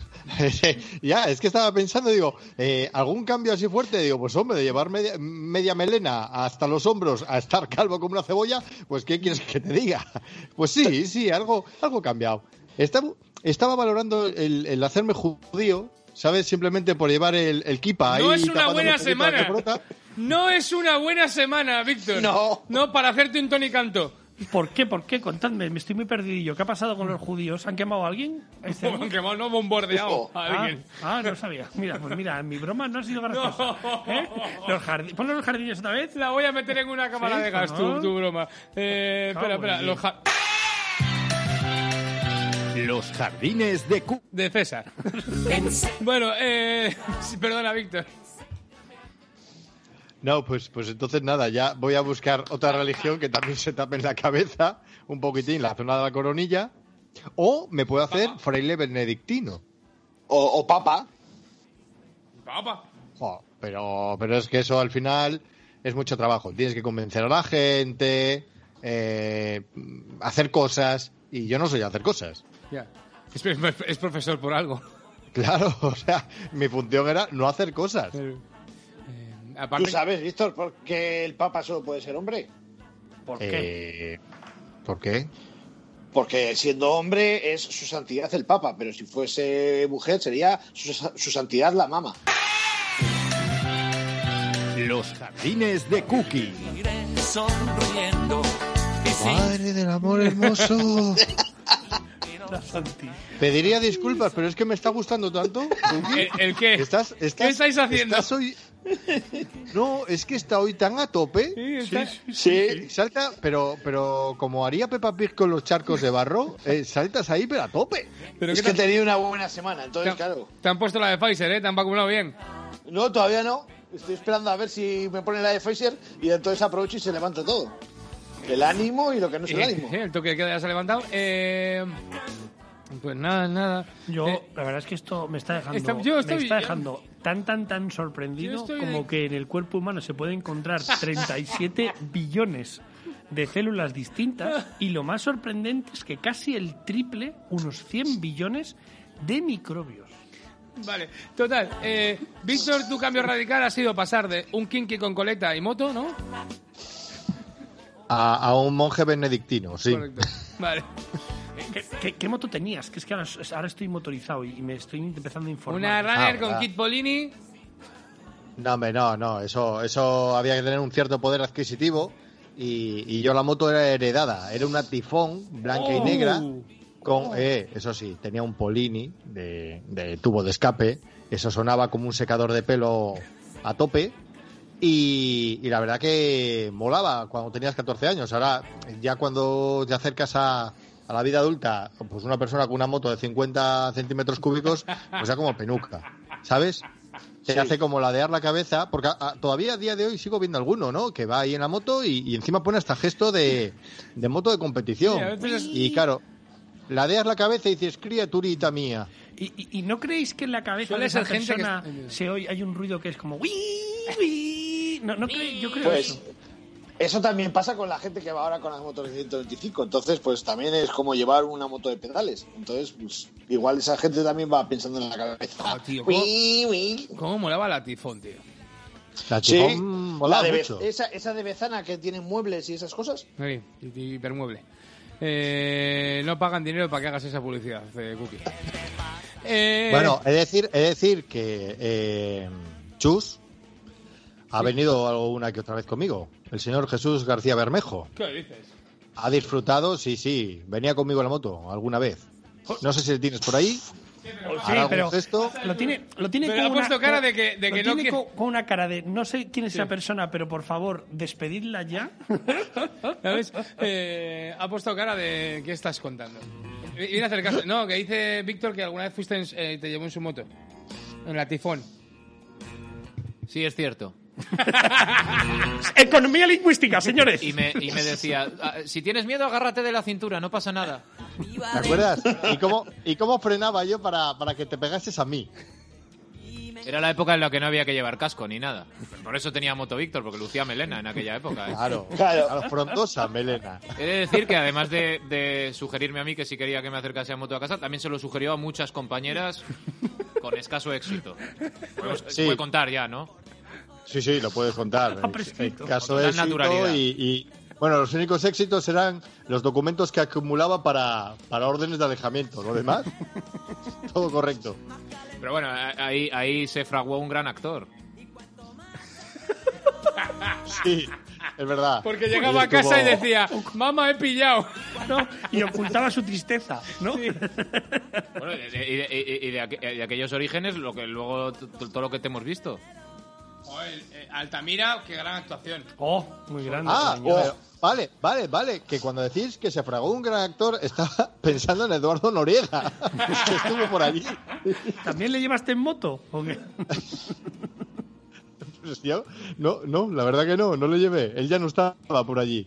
[SPEAKER 8] ya, es que estaba pensando, digo, eh, ¿algún cambio así fuerte? Digo, pues hombre, de llevar media, media melena hasta los hombros a estar calvo como una cebolla, pues ¿qué quieres que te diga? [LAUGHS] Pues sí, sí, algo, algo cambiado. Estaba, estaba valorando el, el hacerme judío, ¿sabes? Simplemente por llevar el, el kipa ahí.
[SPEAKER 5] No es una
[SPEAKER 8] tapándome
[SPEAKER 5] buena
[SPEAKER 8] un poquito la
[SPEAKER 5] semana.
[SPEAKER 8] caporota.
[SPEAKER 5] No es una buena semana, Víctor.
[SPEAKER 8] No.
[SPEAKER 5] No, para hacerte un Tony Canto.
[SPEAKER 6] ¿Por qué? ¿Por qué? Contadme, me estoy muy perdido. ¿Qué ha pasado con los judíos? ¿Han quemado a alguien?
[SPEAKER 5] [LAUGHS]
[SPEAKER 6] ¿Este año?
[SPEAKER 5] Aunque no bombardeado a
[SPEAKER 6] Ah,
[SPEAKER 5] alguien.
[SPEAKER 6] Ah, no sabía. Mira, pues mira, mi broma no ha sido graciosa. ¿Eh? Los jardines, ponlo en los jardines otra vez.
[SPEAKER 5] La voy a meter en una cámara de gas, tu, tu broma. Eh, espera, espera. Los, ja-
[SPEAKER 8] Los jardines de Cookie.
[SPEAKER 5] De César. bueno, eh, sí, perdona, Víctor.
[SPEAKER 8] No, pues, pues entonces nada, ya voy a buscar otra religión que también se tape en la cabeza un poquitín, la zona de la coronilla. O me puedo hacer fraile benedictino.
[SPEAKER 7] O, papa.
[SPEAKER 5] Papa.
[SPEAKER 8] pero, pero es que eso al final es mucho trabajo. Tienes que convencer a la gente, eh, hacer cosas, y yo no soy de hacer cosas. [LAUGHS]
[SPEAKER 5] Ya. Es, es- es profesor por algo.
[SPEAKER 8] Claro, o sea, mi función era no hacer cosas.
[SPEAKER 7] ¿Tú sabes, Víctor, por qué el Papa solo puede ser hombre? ¿Por
[SPEAKER 8] Eh, ¿Por qué?
[SPEAKER 7] Porque siendo hombre es su santidad el Papa, pero si fuese mujer sería su, su santidad la mama.
[SPEAKER 8] Los jardines de Cookie.
[SPEAKER 4] sonriendo.
[SPEAKER 8] Madre del amor hermoso. Pediría disculpas, pero es que me está gustando
[SPEAKER 5] [LAUGHS]
[SPEAKER 8] tanto.
[SPEAKER 5] ¿El, qué?
[SPEAKER 8] ¿Estás, estás-
[SPEAKER 5] Eh, ¿Qué estáis haciendo?
[SPEAKER 8] estás hoy- No, es que está hoy tan a tope.
[SPEAKER 5] está-
[SPEAKER 8] Sí, salta, pero, pero como haría Peppa Pig con los charcos de barro, eh, saltas ahí, pero a tope.
[SPEAKER 5] Pero Es ¿qué que tal- he tenido
[SPEAKER 7] una buena semana, entonces, claro.
[SPEAKER 5] Te han puesto la de Pfizer, ¿eh? Te han vacunado bien.
[SPEAKER 7] No, todavía no. Estoy esperando a ver si me pone la de Pfizer y entonces aprovecho y se levanta todo. El ánimo y lo que no es Pues el ánimo.
[SPEAKER 5] Eh, El toque de queda ya se ha levantado. Eh, pues nada, nada.
[SPEAKER 6] Yo,
[SPEAKER 5] Eh,
[SPEAKER 6] la verdad es que esto me está dejando,
[SPEAKER 5] Está- yo estoy-
[SPEAKER 6] me está dejando tan, tan, tan sorprendido
[SPEAKER 5] Yo estoy
[SPEAKER 6] como
[SPEAKER 5] de-
[SPEAKER 6] que en el cuerpo humano se puede encontrar 37 billones de células distintas y lo más sorprendente es que casi el triple, unos 100 billones de microbios.
[SPEAKER 5] Vale, total. eh, Víctor, tu cambio radical ha sido pasar de un kinky con coleta y moto, ¿no?
[SPEAKER 8] A, a un monje benedictino, sí.
[SPEAKER 5] Correcto. Vale.
[SPEAKER 6] ¿Qué, qué- qué moto tenías? Que es que ahora, ahora estoy motorizado y me estoy empezando a informar.
[SPEAKER 5] Una runner
[SPEAKER 8] Ah,
[SPEAKER 5] con
[SPEAKER 8] verdad.
[SPEAKER 5] Kit Polini.
[SPEAKER 8] No, hombre, no, no, eso, eso había que tener un cierto poder adquisitivo y, y yo la moto era heredada, era una tifón blanca y
[SPEAKER 6] Oh.
[SPEAKER 8] negra con, eh, eso sí, tenía un polini de, de tubo de escape, eso sonaba como un secador de pelo a tope y, y la verdad que molaba cuando tenías 14 años, ahora ya cuando te acercas a... a la vida adulta, pues una persona con una moto de 50 centímetros cúbicos, pues ya como penuca, ¿sabes? Se
[SPEAKER 7] Sí.
[SPEAKER 8] hace como ladear la cabeza, porque a- a- todavía a día de hoy sigo viendo alguno, ¿no? Que va ahí en la moto y, y encima pone hasta gesto de, de moto de competición.
[SPEAKER 5] Sí, a veces es-
[SPEAKER 8] Y claro, ladeas la cabeza y dices, criaturita mía.
[SPEAKER 6] ¿Y, y- y no creéis que en la cabeza
[SPEAKER 5] Suele
[SPEAKER 6] de esa
[SPEAKER 5] ser gente que-
[SPEAKER 6] persona se oye, hay un ruido que es como... "Wii, wii"? No, no cre- yo creo
[SPEAKER 7] Pues
[SPEAKER 6] eso.
[SPEAKER 7] eso también pasa con la gente que va ahora con las motos de 125. Entonces, pues también es como llevar una moto de pedales. Entonces, pues igual esa gente también va pensando en la
[SPEAKER 8] Ah,
[SPEAKER 7] cabeza.
[SPEAKER 5] tío, ¿cómo?
[SPEAKER 7] Uy, uy.
[SPEAKER 5] ¿Cómo molaba la tifón, tío?
[SPEAKER 8] La
[SPEAKER 7] Sí,
[SPEAKER 8] chipón molaba
[SPEAKER 7] la de
[SPEAKER 8] mucho.
[SPEAKER 7] Bez- esa, esa de Bezana que tiene muebles y esas cosas.
[SPEAKER 5] Ahí, y- y hipermueble. Eh, no pagan dinero para que hagas esa publicidad, eh, Cookie. Eh,
[SPEAKER 6] [LAUGHS]
[SPEAKER 8] Bueno, es decir, es decir que eh, Chus ha venido alguna que otra vez conmigo. El señor Jesús García Bermejo.
[SPEAKER 5] ¿Qué dices?
[SPEAKER 8] Ha disfrutado, sí, sí. Venía conmigo en la moto alguna vez. No sé si le tienes por ahí.
[SPEAKER 6] Sí,
[SPEAKER 8] hará algún
[SPEAKER 6] pero [LAUGHS]
[SPEAKER 8] gesto.
[SPEAKER 6] lo tiene, lo tiene
[SPEAKER 5] Pero
[SPEAKER 6] con
[SPEAKER 5] ha puesto
[SPEAKER 6] una,
[SPEAKER 5] cara
[SPEAKER 6] con-
[SPEAKER 5] de que- de
[SPEAKER 6] lo
[SPEAKER 5] que no
[SPEAKER 6] tiene
[SPEAKER 5] quiere-
[SPEAKER 6] con, con una cara de no sé quién es esa persona, pero por favor, despedidla ya. [LAUGHS]
[SPEAKER 5] ¿Sabes? Eh, ha puesto cara de ¿qué estás contando? Vi- Viene a acercarse. No, que dice Víctor que alguna vez fuiste en- eh, te llevó en su moto. En la tifón.
[SPEAKER 10] Sí, es cierto.
[SPEAKER 6] Economía lingüística, señores.
[SPEAKER 10] Y me, y me decía, "Ah, si tienes miedo, agárrate de la cintura, no pasa nada.
[SPEAKER 8] ¿Te acuerdas? ¿Y cómo, y cómo frenaba yo para, para que te pegases a mí?
[SPEAKER 10] Era la época en la que no había que llevar casco ni nada. Por eso tenía moto Víctor, porque lucía melena en aquella época. ¿eh?
[SPEAKER 8] Claro,
[SPEAKER 7] Claro.
[SPEAKER 8] a los frondosa, Melena.
[SPEAKER 10] He de decir que además de, de sugerirme a mí que si quería que me acercase a moto a casa, también se lo sugirió a muchas
[SPEAKER 5] [LAUGHS]
[SPEAKER 10] compañeras con escaso éxito. Podemos,
[SPEAKER 8] Sí.
[SPEAKER 10] puede contar ya, ¿no?
[SPEAKER 8] Sí, sí, lo puedes
[SPEAKER 5] [LAUGHS]
[SPEAKER 8] contar.
[SPEAKER 6] Ha prescrito.
[SPEAKER 8] El caso
[SPEAKER 10] Con total
[SPEAKER 8] es
[SPEAKER 10] naturalidad.
[SPEAKER 8] y, y, bueno, los únicos éxitos serán los documentos que acumulaba para, para órdenes de alejamiento. Lo demás, todo correcto.
[SPEAKER 10] Pero bueno, a- ahí, ahí se fraguó un gran actor.
[SPEAKER 8] Sí, es verdad.
[SPEAKER 5] Porque llegaba a casa y decía, mamá, he pillado.
[SPEAKER 6] [LAUGHS] ¿no? Y ocultaba su tristeza, ¿no?
[SPEAKER 10] Bueno, y de, y de- y de aqu- de aquellos orígenes, lo que luego t- t- todo lo que te hemos visto.
[SPEAKER 5] Joder, eh, Altamira, qué gran actuación.
[SPEAKER 6] [LAUGHS] Oh, muy grande.
[SPEAKER 8] Ah,
[SPEAKER 6] señor.
[SPEAKER 8] pero- vale, vale, vale. Que cuando decís que se fragó un gran actor, estaba [LAUGHS] pensando en Eduardo Noriega, [LAUGHS] que estuvo por allí.
[SPEAKER 6] ¿También le llevaste en moto? ¿O qué? [LAUGHS]
[SPEAKER 8] Pues yo- no, no, la verdad que no, no lo llevé. Él ya no estaba por allí.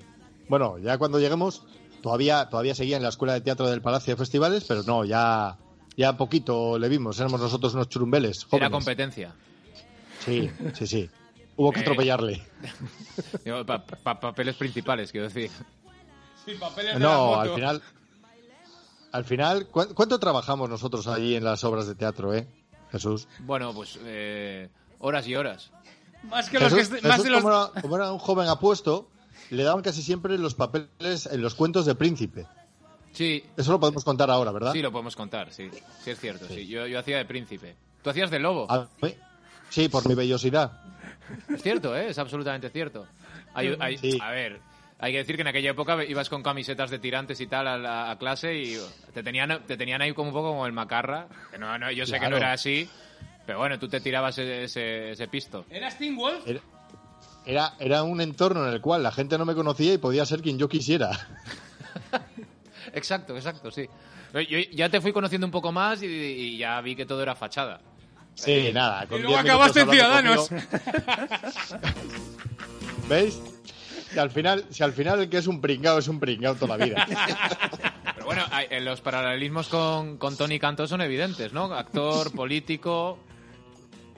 [SPEAKER 8] Bueno, ya cuando lleguemos, todavía, todavía seguía en la Escuela de Teatro del Palacio de Festivales, pero no, ya, ya poquito le vimos. Éramos nosotros unos churumbeles
[SPEAKER 10] Era
[SPEAKER 8] jóvenes.
[SPEAKER 10] competencia.
[SPEAKER 8] Sí, sí, sí. Hubo que
[SPEAKER 5] Eh,
[SPEAKER 8] atropellarle.
[SPEAKER 5] Digo, pa- pa- papeles principales, quiero decir.
[SPEAKER 8] No, al final. Al final, ¿cu- ¿cuánto trabajamos nosotros allí en las obras de teatro, eh? Jesús.
[SPEAKER 5] Bueno, pues eh, horas y horas.
[SPEAKER 11] Más
[SPEAKER 8] Jesús, Jesús, como, era, como era un joven apuesto, le daban casi siempre los papeles en los cuentos de príncipe.
[SPEAKER 5] Sí,
[SPEAKER 8] Eso lo podemos contar ahora, ¿verdad?
[SPEAKER 5] sí, lo podemos contar, sí. Sí, es cierto, sí. Yo, yo hacía de príncipe. Tú hacías de lobo.
[SPEAKER 8] A mí- Sí, por mi vellosidad.
[SPEAKER 5] Es cierto, ¿eh? es absolutamente cierto. Hay- hay-
[SPEAKER 8] Sí.
[SPEAKER 5] A ver, hay que decir que en aquella época ibas con camisetas de tirantes y tal a, la, a clase y te tenían, te tenían ahí como un poco como el macarra. Que no, no, yo sé que no
[SPEAKER 8] Claro.
[SPEAKER 5] era así, pero bueno, tú te tirabas ese, ese- ese pisto.
[SPEAKER 11] ¿Eras Teen Wolf?
[SPEAKER 8] Era, era, era un entorno en el cual la gente no me conocía y podía ser quien yo quisiera.
[SPEAKER 5] Exacto, exacto, sí. Yo yo ya te fui conociendo un poco más y, y ya vi que todo era fachada.
[SPEAKER 8] Sí, nada.
[SPEAKER 5] Y
[SPEAKER 8] con
[SPEAKER 5] luego
[SPEAKER 8] 10 minutos
[SPEAKER 5] acabaste en
[SPEAKER 8] hablando
[SPEAKER 5] Ciudadanos.
[SPEAKER 8] conmigo. [LAUGHS] ¿Veis? Si al, final, si al final el que es un pringao es un pringao toda
[SPEAKER 5] [LAUGHS]
[SPEAKER 8] la vida.
[SPEAKER 5] Pero bueno, hay- eh, los paralelismos con, con Tony Cantó son evidentes, ¿no? Actor, [LAUGHS] político.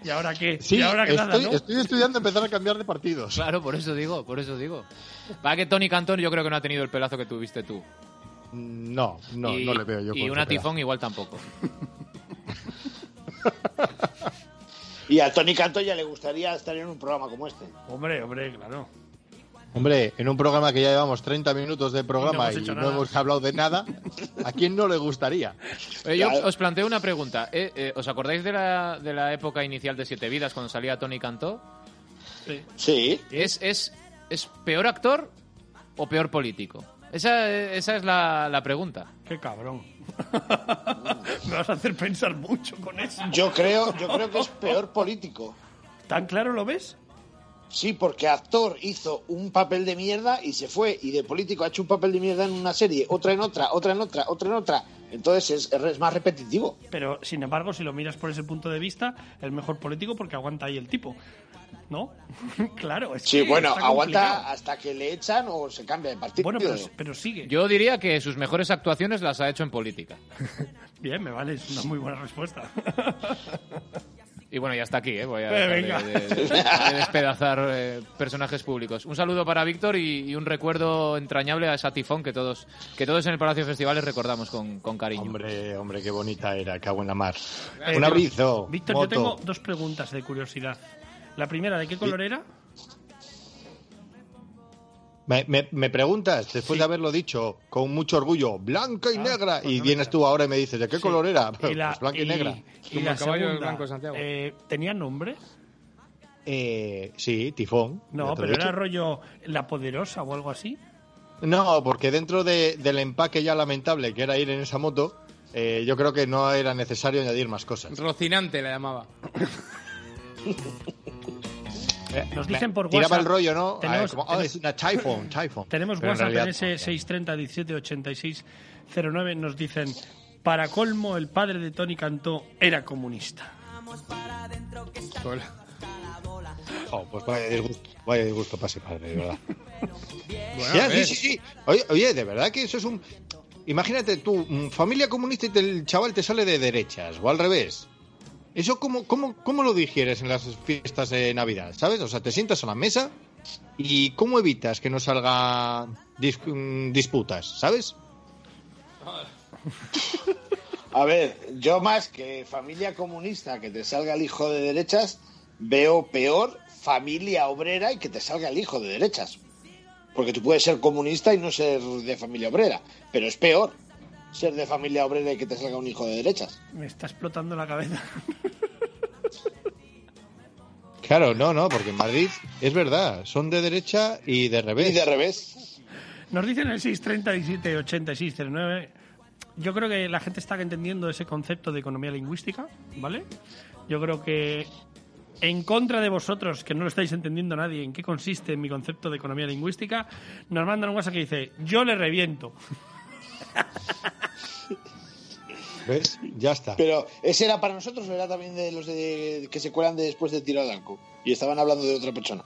[SPEAKER 6] ¿Y ahora qué?
[SPEAKER 8] Sí,
[SPEAKER 6] ¿Y ahora qué
[SPEAKER 8] estoy,
[SPEAKER 6] nada, no?
[SPEAKER 8] estoy estudiando empezar a cambiar de partidos.
[SPEAKER 5] Claro, por eso digo, por eso digo. Para que Tony Cantón yo creo que no ha tenido el pelazo que tuviste tú.
[SPEAKER 8] No, no,
[SPEAKER 5] Y-
[SPEAKER 8] no le veo yo.
[SPEAKER 5] Y
[SPEAKER 8] con
[SPEAKER 5] una
[SPEAKER 8] ese
[SPEAKER 5] tifón igual tampoco.
[SPEAKER 7] Y a Tony Canto ya le gustaría estar en un programa como este.
[SPEAKER 6] Hombre, hombre, claro.
[SPEAKER 8] pedazo. Hombre, en un programa que ya llevamos 30 minutos de programa
[SPEAKER 5] Y no hemos
[SPEAKER 8] y
[SPEAKER 5] hecho
[SPEAKER 8] no
[SPEAKER 5] nada.
[SPEAKER 8] hemos hablado de nada, ¿a quién no le gustaría?
[SPEAKER 5] Eh, yo os planteo una pregunta. Eh, eh, ¿Os acordáis de la, de la época inicial de Siete Vidas cuando salía Tony Cantó?
[SPEAKER 6] Sí.
[SPEAKER 5] ¿Es, es, es peor actor o peor político? Esa, eh, esa es la, la pregunta.
[SPEAKER 7] [LAUGHS]
[SPEAKER 6] Qué cabrón. Me vas a hacer pensar mucho con eso.
[SPEAKER 7] Yo creo, yo creo que es peor político.
[SPEAKER 6] ¿Tan claro lo ves?
[SPEAKER 7] Sí, porque actor hizo un papel de mierda y se fue. Y de político ha hecho un papel de mierda en una serie, otra en otra, otra en otra, otra en otra. Entonces es, es más repetitivo.
[SPEAKER 6] Pero, sin embargo, si lo miras por ese punto de vista, el mejor político porque aguanta ahí el tipo. ¿No? [LAUGHS] claro, es
[SPEAKER 7] Sí,
[SPEAKER 6] que
[SPEAKER 7] bueno,
[SPEAKER 6] está complicado.
[SPEAKER 7] aguanta hasta que le echan o se cambia de partido.
[SPEAKER 6] Bueno, pero, pero sigue.
[SPEAKER 5] Yo diría que sus mejores actuaciones las ha hecho en política.
[SPEAKER 6] Bien, me vale, es una muy buena
[SPEAKER 8] [LAUGHS]
[SPEAKER 6] respuesta.
[SPEAKER 5] Y bueno, ya está aquí, ¿eh? Voy a
[SPEAKER 6] Eh,
[SPEAKER 5] dejar de,
[SPEAKER 6] venga.
[SPEAKER 5] de- de despedazar eh, personajes públicos. Un saludo para Víctor y, y un recuerdo entrañable a esa tifón que todos, que todos en el Palacio de Festivales recordamos con, con cariño.
[SPEAKER 8] Hombre, hombre, qué bonita era, cago en la mar.
[SPEAKER 6] Eh,
[SPEAKER 8] Un abrazo.
[SPEAKER 6] Víctor, yo
[SPEAKER 8] moto.
[SPEAKER 6] tengo dos preguntas de curiosidad. La primera, ¿de qué color era?
[SPEAKER 8] Me, me- me preguntas, después de haberlo dicho con mucho orgullo, blanca y
[SPEAKER 6] Ah,
[SPEAKER 8] negra,
[SPEAKER 6] pues
[SPEAKER 8] y vienes tú ahora y me dices, ¿de qué color era?
[SPEAKER 6] Y la-
[SPEAKER 8] Pues blanca y, negra.
[SPEAKER 6] Y la segunda, eh, ¿tenía nombre?
[SPEAKER 8] Eh, sí, tifón.
[SPEAKER 6] No,
[SPEAKER 8] ya te lo
[SPEAKER 6] pero
[SPEAKER 8] he dicho.
[SPEAKER 6] era rollo La Poderosa o algo así.
[SPEAKER 8] No, porque dentro de- del empaque ya lamentable que era ir en esa moto, eh, yo creo que no era necesario añadir más cosas.
[SPEAKER 11] Rocinante la llamaba.
[SPEAKER 6] Nos dicen por
[SPEAKER 8] Eh, Tiraba
[SPEAKER 6] WhatsApp.
[SPEAKER 8] el rollo, ¿no? Ah,
[SPEAKER 6] Tenemos-
[SPEAKER 8] como, "Ah, es una Typhoon, Typhoon.
[SPEAKER 6] Tenemos
[SPEAKER 8] Pero en
[SPEAKER 6] WhatsApp en,
[SPEAKER 8] realidad-
[SPEAKER 6] ese 630 17 86 09. Nos dicen, para colmo, el padre de Tony Cantó era comunista.
[SPEAKER 8] Oh, pues vaya disgusto, vaya disgusto para ese padre, de verdad.
[SPEAKER 11] Bueno,
[SPEAKER 8] Ya,
[SPEAKER 11] a
[SPEAKER 8] sí,
[SPEAKER 11] ver.
[SPEAKER 8] sí, sí. Oye, oye, de verdad que eso es un... Imagínate tú, mm, familia comunista y te- el chaval te sale de derechas o al revés. ¿Eso cómo, cómo, cómo lo digieres en las fiestas de Navidad? ¿Sabes? O sea, te sientas a la mesa y ¿cómo evitas que no salga dis- mm, disputas? ¿Sabes?
[SPEAKER 7] A ver, yo más que familia comunista que te salga el hijo de derechas, veo peor familia obrera y que te salga el hijo de derechas. Porque tú puedes ser comunista y no ser de familia obrera, pero es peor ser de familia obrera y que te salga un hijo de derechas.
[SPEAKER 6] Me está explotando la cabeza. [LAUGHS]
[SPEAKER 8] Claro, no, no, porque en Madrid es verdad, son de derecha y de revés.
[SPEAKER 7] Y de revés.
[SPEAKER 6] Nos dicen en el 630 17 86 09. Yo creo que la gente está entendiendo ese concepto de economía lingüística, ¿vale? Yo creo que en contra de vosotros, que no lo estáis entendiendo nadie, en qué consiste mi concepto de economía lingüística, nos mandan un WhatsApp que dice, yo le reviento.
[SPEAKER 8] ¿Ves? Ya está.
[SPEAKER 7] Pero ese era para nosotros o era también de los de- que se cuelan después de tiro al arco. Y estaban hablando de otra persona.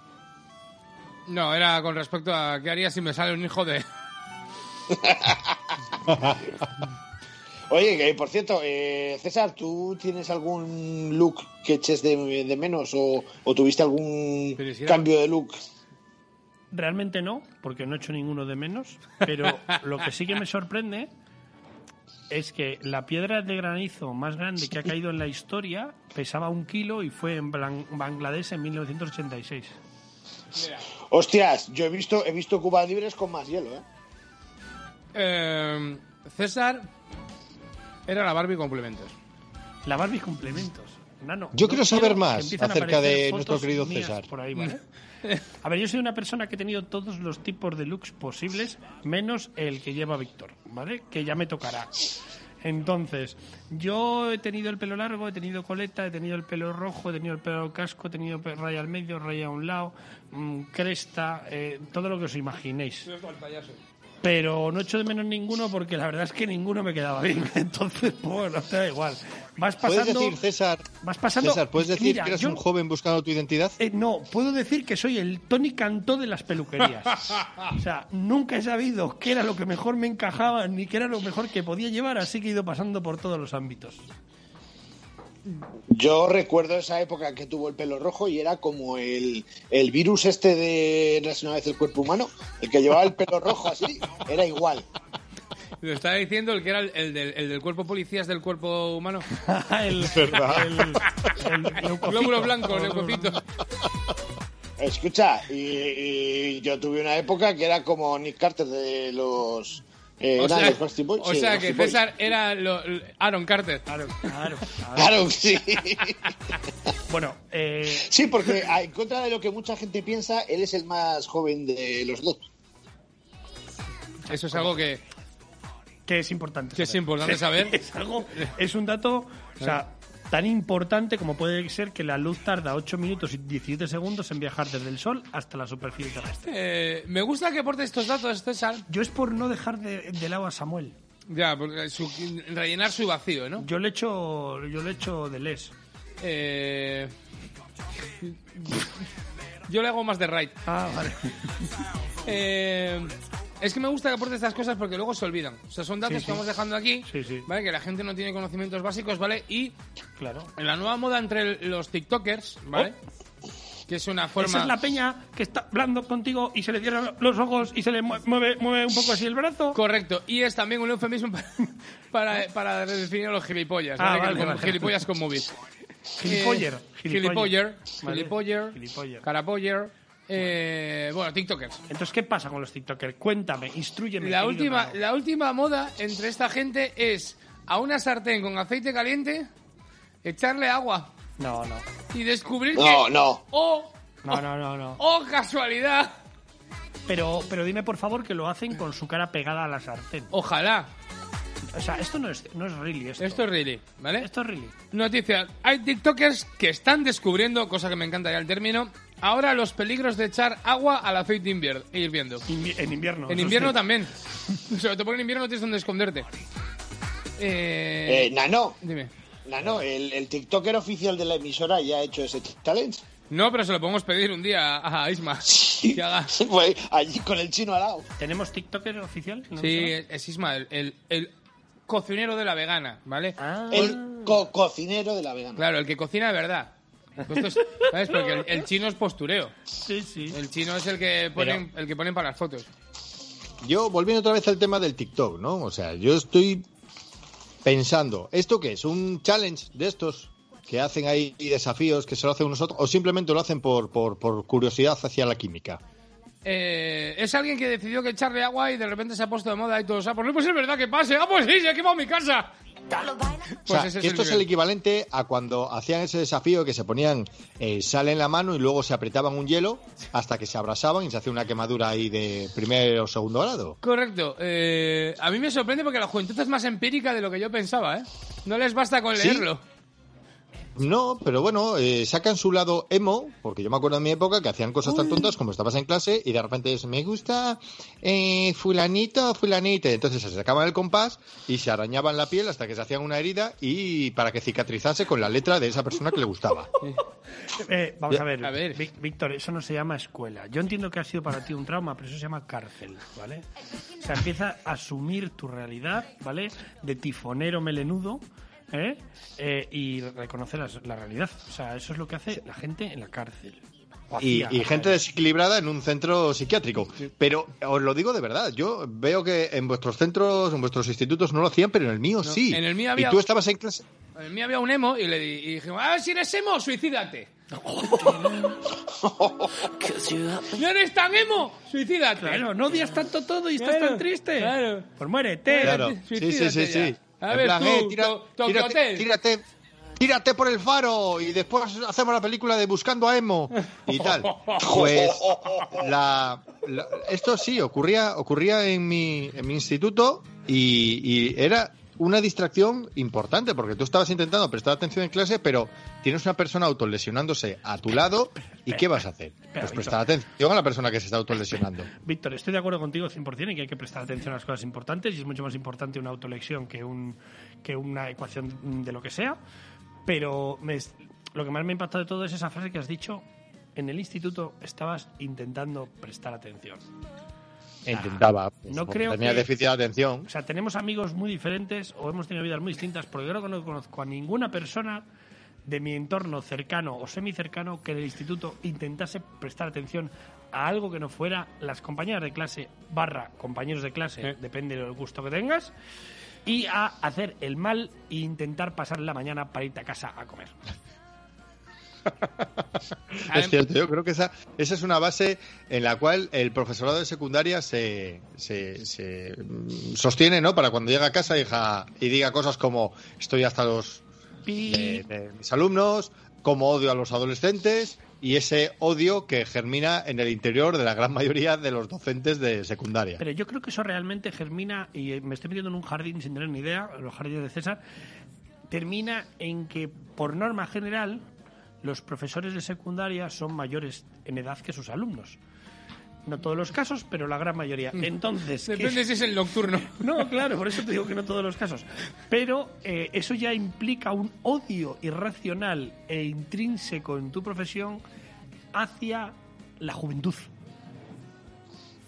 [SPEAKER 11] No, era con respecto a qué haría si me sale un hijo de...
[SPEAKER 7] Oye, que por cierto, eh, César, ¿tú tienes algún look que eches de, de menos o, o tuviste algún cambio de look?
[SPEAKER 6] Realmente no, porque no he hecho ninguno de menos. Pero lo que sí que me sorprende es que la piedra de granizo más grande que ha caído en la historia pesaba un kilo y fue en Blan- Bangladesh en 1986.
[SPEAKER 7] Hostias, yo he visto, he visto cubas libres con más hielo, ¿eh?
[SPEAKER 5] Eh, César era la Barbie complementos.
[SPEAKER 6] La Barbie complementos. Nano,
[SPEAKER 8] Yo
[SPEAKER 6] no
[SPEAKER 8] quiero saber
[SPEAKER 6] que
[SPEAKER 8] más
[SPEAKER 6] empiecen a
[SPEAKER 8] acerca
[SPEAKER 6] aparecer
[SPEAKER 8] de
[SPEAKER 6] fotos
[SPEAKER 8] nuestro querido
[SPEAKER 6] mías
[SPEAKER 8] César.
[SPEAKER 6] por ahí, ¿vale? A ver, yo soy una persona que he tenido todos los tipos de looks posibles, menos el que lleva Víctor, ¿vale? Que ya me tocará. Entonces, yo he tenido el pelo largo, he tenido coleta, he tenido el pelo rojo, he tenido el pelo casco, he tenido pe- raya al medio, raya a un lado, mm, cresta, eh, todo lo que os imaginéis. Pero no echo de menos ninguno porque la verdad es que ninguno me quedaba bien. [LAUGHS] Entonces, bueno, te da igual. Vas pasando.
[SPEAKER 8] ¿Puedes decir, César,
[SPEAKER 6] vas pasando-
[SPEAKER 8] César, ¿puedes decir
[SPEAKER 6] Mira,
[SPEAKER 8] que eres
[SPEAKER 6] yo-
[SPEAKER 8] un joven buscando tu identidad?
[SPEAKER 6] Eh, no, puedo decir que soy el Tony Cantó de las
[SPEAKER 8] [LAUGHS]
[SPEAKER 6] peluquerías. O sea, nunca he sabido qué era lo que mejor me encajaba ni qué era lo mejor que podía llevar, así que he ido pasando por todos los ámbitos. [LAUGHS]
[SPEAKER 7] Yo recuerdo esa época que tuvo el pelo rojo y era como el, el virus este de Nace una vez el cuerpo humano, el que llevaba el pelo rojo así, era igual.
[SPEAKER 5] Lo estaba diciendo el que era el, el del, el del cuerpo policías del cuerpo humano.
[SPEAKER 6] el,
[SPEAKER 5] glóbulo blanco, leucocito.
[SPEAKER 7] Escucha, y, y yo tuve una época que era como Nick Carter de los... eh,
[SPEAKER 5] O
[SPEAKER 7] eran
[SPEAKER 5] sea,
[SPEAKER 7] los Backstreet Boys,
[SPEAKER 5] o
[SPEAKER 7] sí,
[SPEAKER 5] sea
[SPEAKER 7] los
[SPEAKER 5] que
[SPEAKER 7] Backstreet Boys.
[SPEAKER 5] César era lo- lo- Aaron Carter.
[SPEAKER 6] Aaron,
[SPEAKER 8] Ah. [LAUGHS]
[SPEAKER 7] Claro, sí.
[SPEAKER 6] Bueno, eh,
[SPEAKER 7] Sí, porque a- en contra de lo que mucha gente piensa, él es el más joven de los dos.
[SPEAKER 5] Eso es algo que.
[SPEAKER 6] que es importante.
[SPEAKER 5] Que es importante saber.
[SPEAKER 6] es algo, es un dato, o sea, tan importante como puede ser que la luz tarda 8 minutos y 17 segundos en viajar desde el Sol hasta la superficie terrestre.
[SPEAKER 5] Eh, me gusta que aporte estos datos, César.
[SPEAKER 6] Yo es por no dejar de, de lado a Samuel.
[SPEAKER 5] Ya, porque su- rellenar su vacío, ¿no?
[SPEAKER 6] Yo le echo, yo le echo de les.
[SPEAKER 5] Eh, yo le hago más de right.
[SPEAKER 6] Ah, vale.
[SPEAKER 5] Eh, es que me gusta que aporte estas cosas porque luego se olvidan. O sea, son datos
[SPEAKER 6] Sí, sí.
[SPEAKER 5] que vamos dejando aquí,
[SPEAKER 6] Sí, sí.
[SPEAKER 5] ¿vale? Que la gente no tiene conocimientos básicos, ¿vale? Y
[SPEAKER 6] [LAUGHS] Claro.
[SPEAKER 5] en la nueva moda entre el- los TikTokers, ¿vale? Que es una forma...
[SPEAKER 6] Oh. Esa es la peña que está hablando contigo y se le cierran los ojos y se le mue- mueve, mueve un poco así el brazo.
[SPEAKER 5] Correcto, y es también un eufemismo para, para, [LAUGHS] para definir a los gilipollas, ¿vale?
[SPEAKER 6] Ah,
[SPEAKER 5] Que
[SPEAKER 6] vale,
[SPEAKER 5] como
[SPEAKER 6] vale.
[SPEAKER 5] Gilipollas con móvil.
[SPEAKER 6] Gilipoller,
[SPEAKER 5] Eh,
[SPEAKER 6] gilipoller.
[SPEAKER 5] gilipoller,
[SPEAKER 6] Vale.
[SPEAKER 5] gilipoller,
[SPEAKER 6] Gilipoller.
[SPEAKER 5] carapoller, eh, bueno, TikTokers.
[SPEAKER 6] Entonces, ¿qué pasa con los TikTokers? Cuéntame, instruyeme.
[SPEAKER 5] La
[SPEAKER 6] querido
[SPEAKER 5] última,
[SPEAKER 6] Nano.
[SPEAKER 5] la última moda entre esta gente es a una sartén con aceite caliente echarle agua
[SPEAKER 6] No, no.
[SPEAKER 5] y descubrir
[SPEAKER 6] No,
[SPEAKER 5] que...
[SPEAKER 6] no.
[SPEAKER 5] ¡Oh,
[SPEAKER 6] No, no, no, no.
[SPEAKER 5] oh, casualidad!
[SPEAKER 6] Pero, pero dime por favor que lo hacen con su cara pegada a la sartén.
[SPEAKER 5] Ojalá.
[SPEAKER 6] O sea, esto no es, no es really. Esto.
[SPEAKER 5] Esto es really, ¿vale?
[SPEAKER 6] Esto es really.
[SPEAKER 5] Noticia. Hay TikTokers que están descubriendo, cosa que me encanta ya el término, ahora los peligros de echar agua al aceite invier- hirviendo.
[SPEAKER 6] Invi- en invierno.
[SPEAKER 5] en
[SPEAKER 6] eso
[SPEAKER 5] invierno
[SPEAKER 6] sí.
[SPEAKER 5] también. [LAUGHS] Sobre todo porque en invierno no tienes donde esconderte. Eh,
[SPEAKER 7] Eh, Nano,
[SPEAKER 5] Dime.
[SPEAKER 7] Nano, el, el TikToker oficial de la emisora ya ha hecho ese challenge.
[SPEAKER 5] No, pero se lo podemos pedir un día a a
[SPEAKER 8] [LAUGHS]
[SPEAKER 5] Isma. Que haga.
[SPEAKER 7] [LAUGHS] Fue allí con el chino al lado.
[SPEAKER 6] ¿Tenemos TikToker oficial? ¿No
[SPEAKER 5] Sí,
[SPEAKER 6] lo sabes?
[SPEAKER 5] es Isma, el, el- el cocinero de la vegana, ¿vale?
[SPEAKER 8] Ah.
[SPEAKER 6] Ah.
[SPEAKER 7] El co- cocinero de la vegana.
[SPEAKER 5] Claro, el que cocina de verdad. Pues Esto es- ¿Sabes? Porque el, el chino es postureo.
[SPEAKER 6] Sí, sí.
[SPEAKER 5] El chino es el que ponen, el que ponen para las fotos.
[SPEAKER 8] Yo, volviendo otra vez al tema del TikTok, ¿no? O sea, yo estoy pensando, ¿esto qué es? ¿Un challenge de estos que hacen ahí desafíos que se lo hacen unos otros? ¿O simplemente lo hacen por, por, por curiosidad hacia la química?
[SPEAKER 5] Eh, es alguien que decidió que echarle agua y de repente se ha puesto de moda y todo. O sea, pues no puede ser verdad que pase. Ah, pues sí, se ha quemado mi casa.
[SPEAKER 8] O sea,
[SPEAKER 5] Pues ese es
[SPEAKER 8] que esto
[SPEAKER 5] el
[SPEAKER 8] es el
[SPEAKER 5] nivel.
[SPEAKER 8] equivalente a cuando hacían ese desafío que se ponían eh, sal en la mano y luego se apretaban un hielo hasta que se abrasaban y se hacía una quemadura ahí de primer o segundo grado.
[SPEAKER 5] Correcto. Eh, a mí me sorprende porque la juventud es más empírica de lo que yo pensaba, ¿eh? No les basta con
[SPEAKER 8] ¿Sí?
[SPEAKER 5] leerlo.
[SPEAKER 8] No, pero bueno, eh, sacan su lado emo, porque yo me acuerdo de mi época que hacían cosas tan tontas como estabas en clase y de repente es, me gusta eh, fulanito, fulanita. Entonces se sacaban el compás y se arañaban la piel hasta que se hacían una herida y para que cicatrizase con la letra de esa persona que
[SPEAKER 5] [LAUGHS]
[SPEAKER 8] le gustaba.
[SPEAKER 6] Eh, vamos a ver, Vic- Víctor, eso no se llama escuela. Yo entiendo que ha sido para ti un trauma, pero eso se llama cárcel, ¿vale? O sea, empieza a asumir tu realidad, ¿vale? De tifonero melenudo, ¿eh? Eh, y reconocer la, la realidad. O sea, eso es lo que hace la gente en la cárcel. O
[SPEAKER 8] Y,
[SPEAKER 6] hacía,
[SPEAKER 8] y
[SPEAKER 6] ¿vale?
[SPEAKER 8] gente desequilibrada en un centro psiquiátrico. Pero os lo digo de verdad, yo veo que en vuestros centros, en vuestros institutos no lo hacían, pero en el mío
[SPEAKER 5] No,
[SPEAKER 8] sí.
[SPEAKER 5] en el mío había-
[SPEAKER 8] Y tú estabas en clase.
[SPEAKER 5] En mí había un emo y le di- y dije, ah, si eres emo, suicídate. ¿No eres tan emo? Suicídate.
[SPEAKER 6] Claro, no odias tanto todo y estás tan triste.
[SPEAKER 5] Claro.
[SPEAKER 6] Pues
[SPEAKER 5] [LAUGHS]
[SPEAKER 6] muérete.
[SPEAKER 8] Claro. Sí, sí,
[SPEAKER 5] Suicídate
[SPEAKER 8] sí, sí.
[SPEAKER 5] ya. A
[SPEAKER 8] En
[SPEAKER 5] ver,
[SPEAKER 8] plan,
[SPEAKER 5] tú,
[SPEAKER 8] eh, tira-
[SPEAKER 5] to- Tokyo
[SPEAKER 8] tírate,
[SPEAKER 5] Hotel.
[SPEAKER 8] tírate, tírate por el faro y después hacemos la película de Buscando a Emo y
[SPEAKER 5] [LAUGHS]
[SPEAKER 8] tal. Pues la- la- esto sí, ocurría, ocurría en, mi, en mi instituto y, y era una distracción importante porque tú estabas intentando prestar atención en clase, pero tienes una persona autolesionándose a tu lado y ¿qué vas a hacer? Pues prestar atención a la persona que se está autolesionando.
[SPEAKER 6] Víctor, estoy de acuerdo contigo 100% en que hay que prestar atención a las cosas importantes y es mucho más importante una autolección que, un, que una ecuación de lo que sea. Pero me es- lo que más me ha impactado de todo es esa frase que has dicho. En el instituto estabas intentando prestar atención.
[SPEAKER 8] Intentaba. pues,
[SPEAKER 6] Ah, no
[SPEAKER 8] porque
[SPEAKER 6] creo
[SPEAKER 8] tenía
[SPEAKER 6] que-
[SPEAKER 8] déficit de atención.
[SPEAKER 6] O sea, tenemos amigos muy diferentes o hemos tenido vidas muy distintas, porque yo creo que no conozco a ninguna persona de mi entorno cercano o semicercano que en el instituto intentase prestar atención a algo que no fuera las compañeras de clase barra compañeros de clase, depende del gusto que tengas, y a hacer el mal e intentar pasar la mañana para irte a casa a comer.
[SPEAKER 8] Es cierto, yo creo que esa, esa es una base en la cual el profesorado de secundaria se, se- se, mm, sostiene, ¿no? Para cuando llega a casa hija, y diga cosas como estoy hasta los de, de mis alumnos, como odio a los adolescentes y ese odio que germina en el interior de la gran mayoría de los docentes de secundaria.
[SPEAKER 6] Pero yo creo que eso realmente germina, y eh, me estoy metiendo en un jardín sin tener ni idea, los jardines de César, termina en que, por norma general, los profesores de secundaria son mayores en edad que sus alumnos. No todos los casos, pero la gran mayoría. Entonces. ¿qué-
[SPEAKER 5] Mm. Depende si es el nocturno.
[SPEAKER 6] [LAUGHS] No, claro, por eso te digo que no todos los casos. Pero eh, eso ya implica un odio irracional e intrínseco en tu profesión hacia la juventud.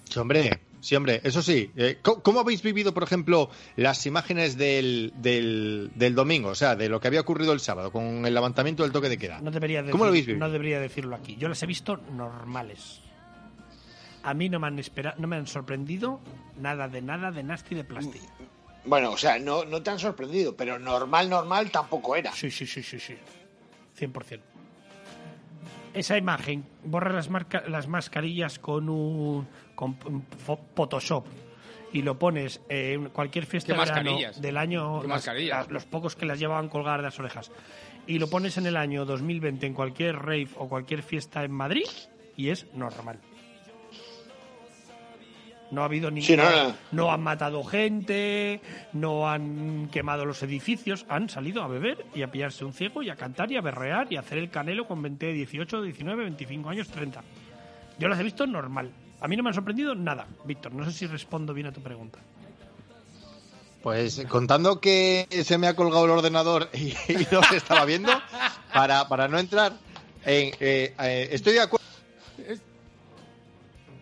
[SPEAKER 8] Sí, hombre, sí, hombre, eso sí. Eh, ¿cómo, cómo habéis vivido, por ejemplo, las imágenes del, del, del domingo? O sea, de lo que había ocurrido el sábado con el levantamiento del toque de queda.
[SPEAKER 6] No debería,
[SPEAKER 8] ¿Cómo lo habéis
[SPEAKER 6] decir-
[SPEAKER 8] vivido?
[SPEAKER 6] no debería decirlo aquí. Yo las he visto normales. A mí no me han espera- no me han sorprendido nada de nada de nasty de plástico.
[SPEAKER 7] Bueno, o sea, no, no te han sorprendido, pero normal, normal tampoco era.
[SPEAKER 6] Sí, sí, sí, sí, sí. 100%. Esa imagen, borra las, marca- las mascarillas con un con p- fo- Photoshop y lo pones eh, en cualquier fiesta
[SPEAKER 5] ¿Qué
[SPEAKER 6] de verano
[SPEAKER 5] mascarillas?
[SPEAKER 6] del año,
[SPEAKER 5] ¿Qué
[SPEAKER 6] las-
[SPEAKER 5] mascarillas?
[SPEAKER 6] las- los pocos que las llevaban colgadas de las orejas, y lo pones en el año 2020 en cualquier rave o cualquier fiesta en Madrid y es normal. No ha habido ningún.
[SPEAKER 7] Sí, no, no.
[SPEAKER 6] no han matado gente, no han quemado los edificios, han salido a beber y a pillarse un ciego y a cantar y a berrear y a hacer el canelo con 20, 18, 19, 25 años, 30. Yo las he visto normal. A mí no me han sorprendido nada, Víctor. No sé si respondo bien a tu pregunta.
[SPEAKER 8] Pues eh, contando que se me ha colgado el ordenador [LAUGHS] y, y no se estaba viendo, para, para no entrar en... eh, eh, estoy de acuerdo.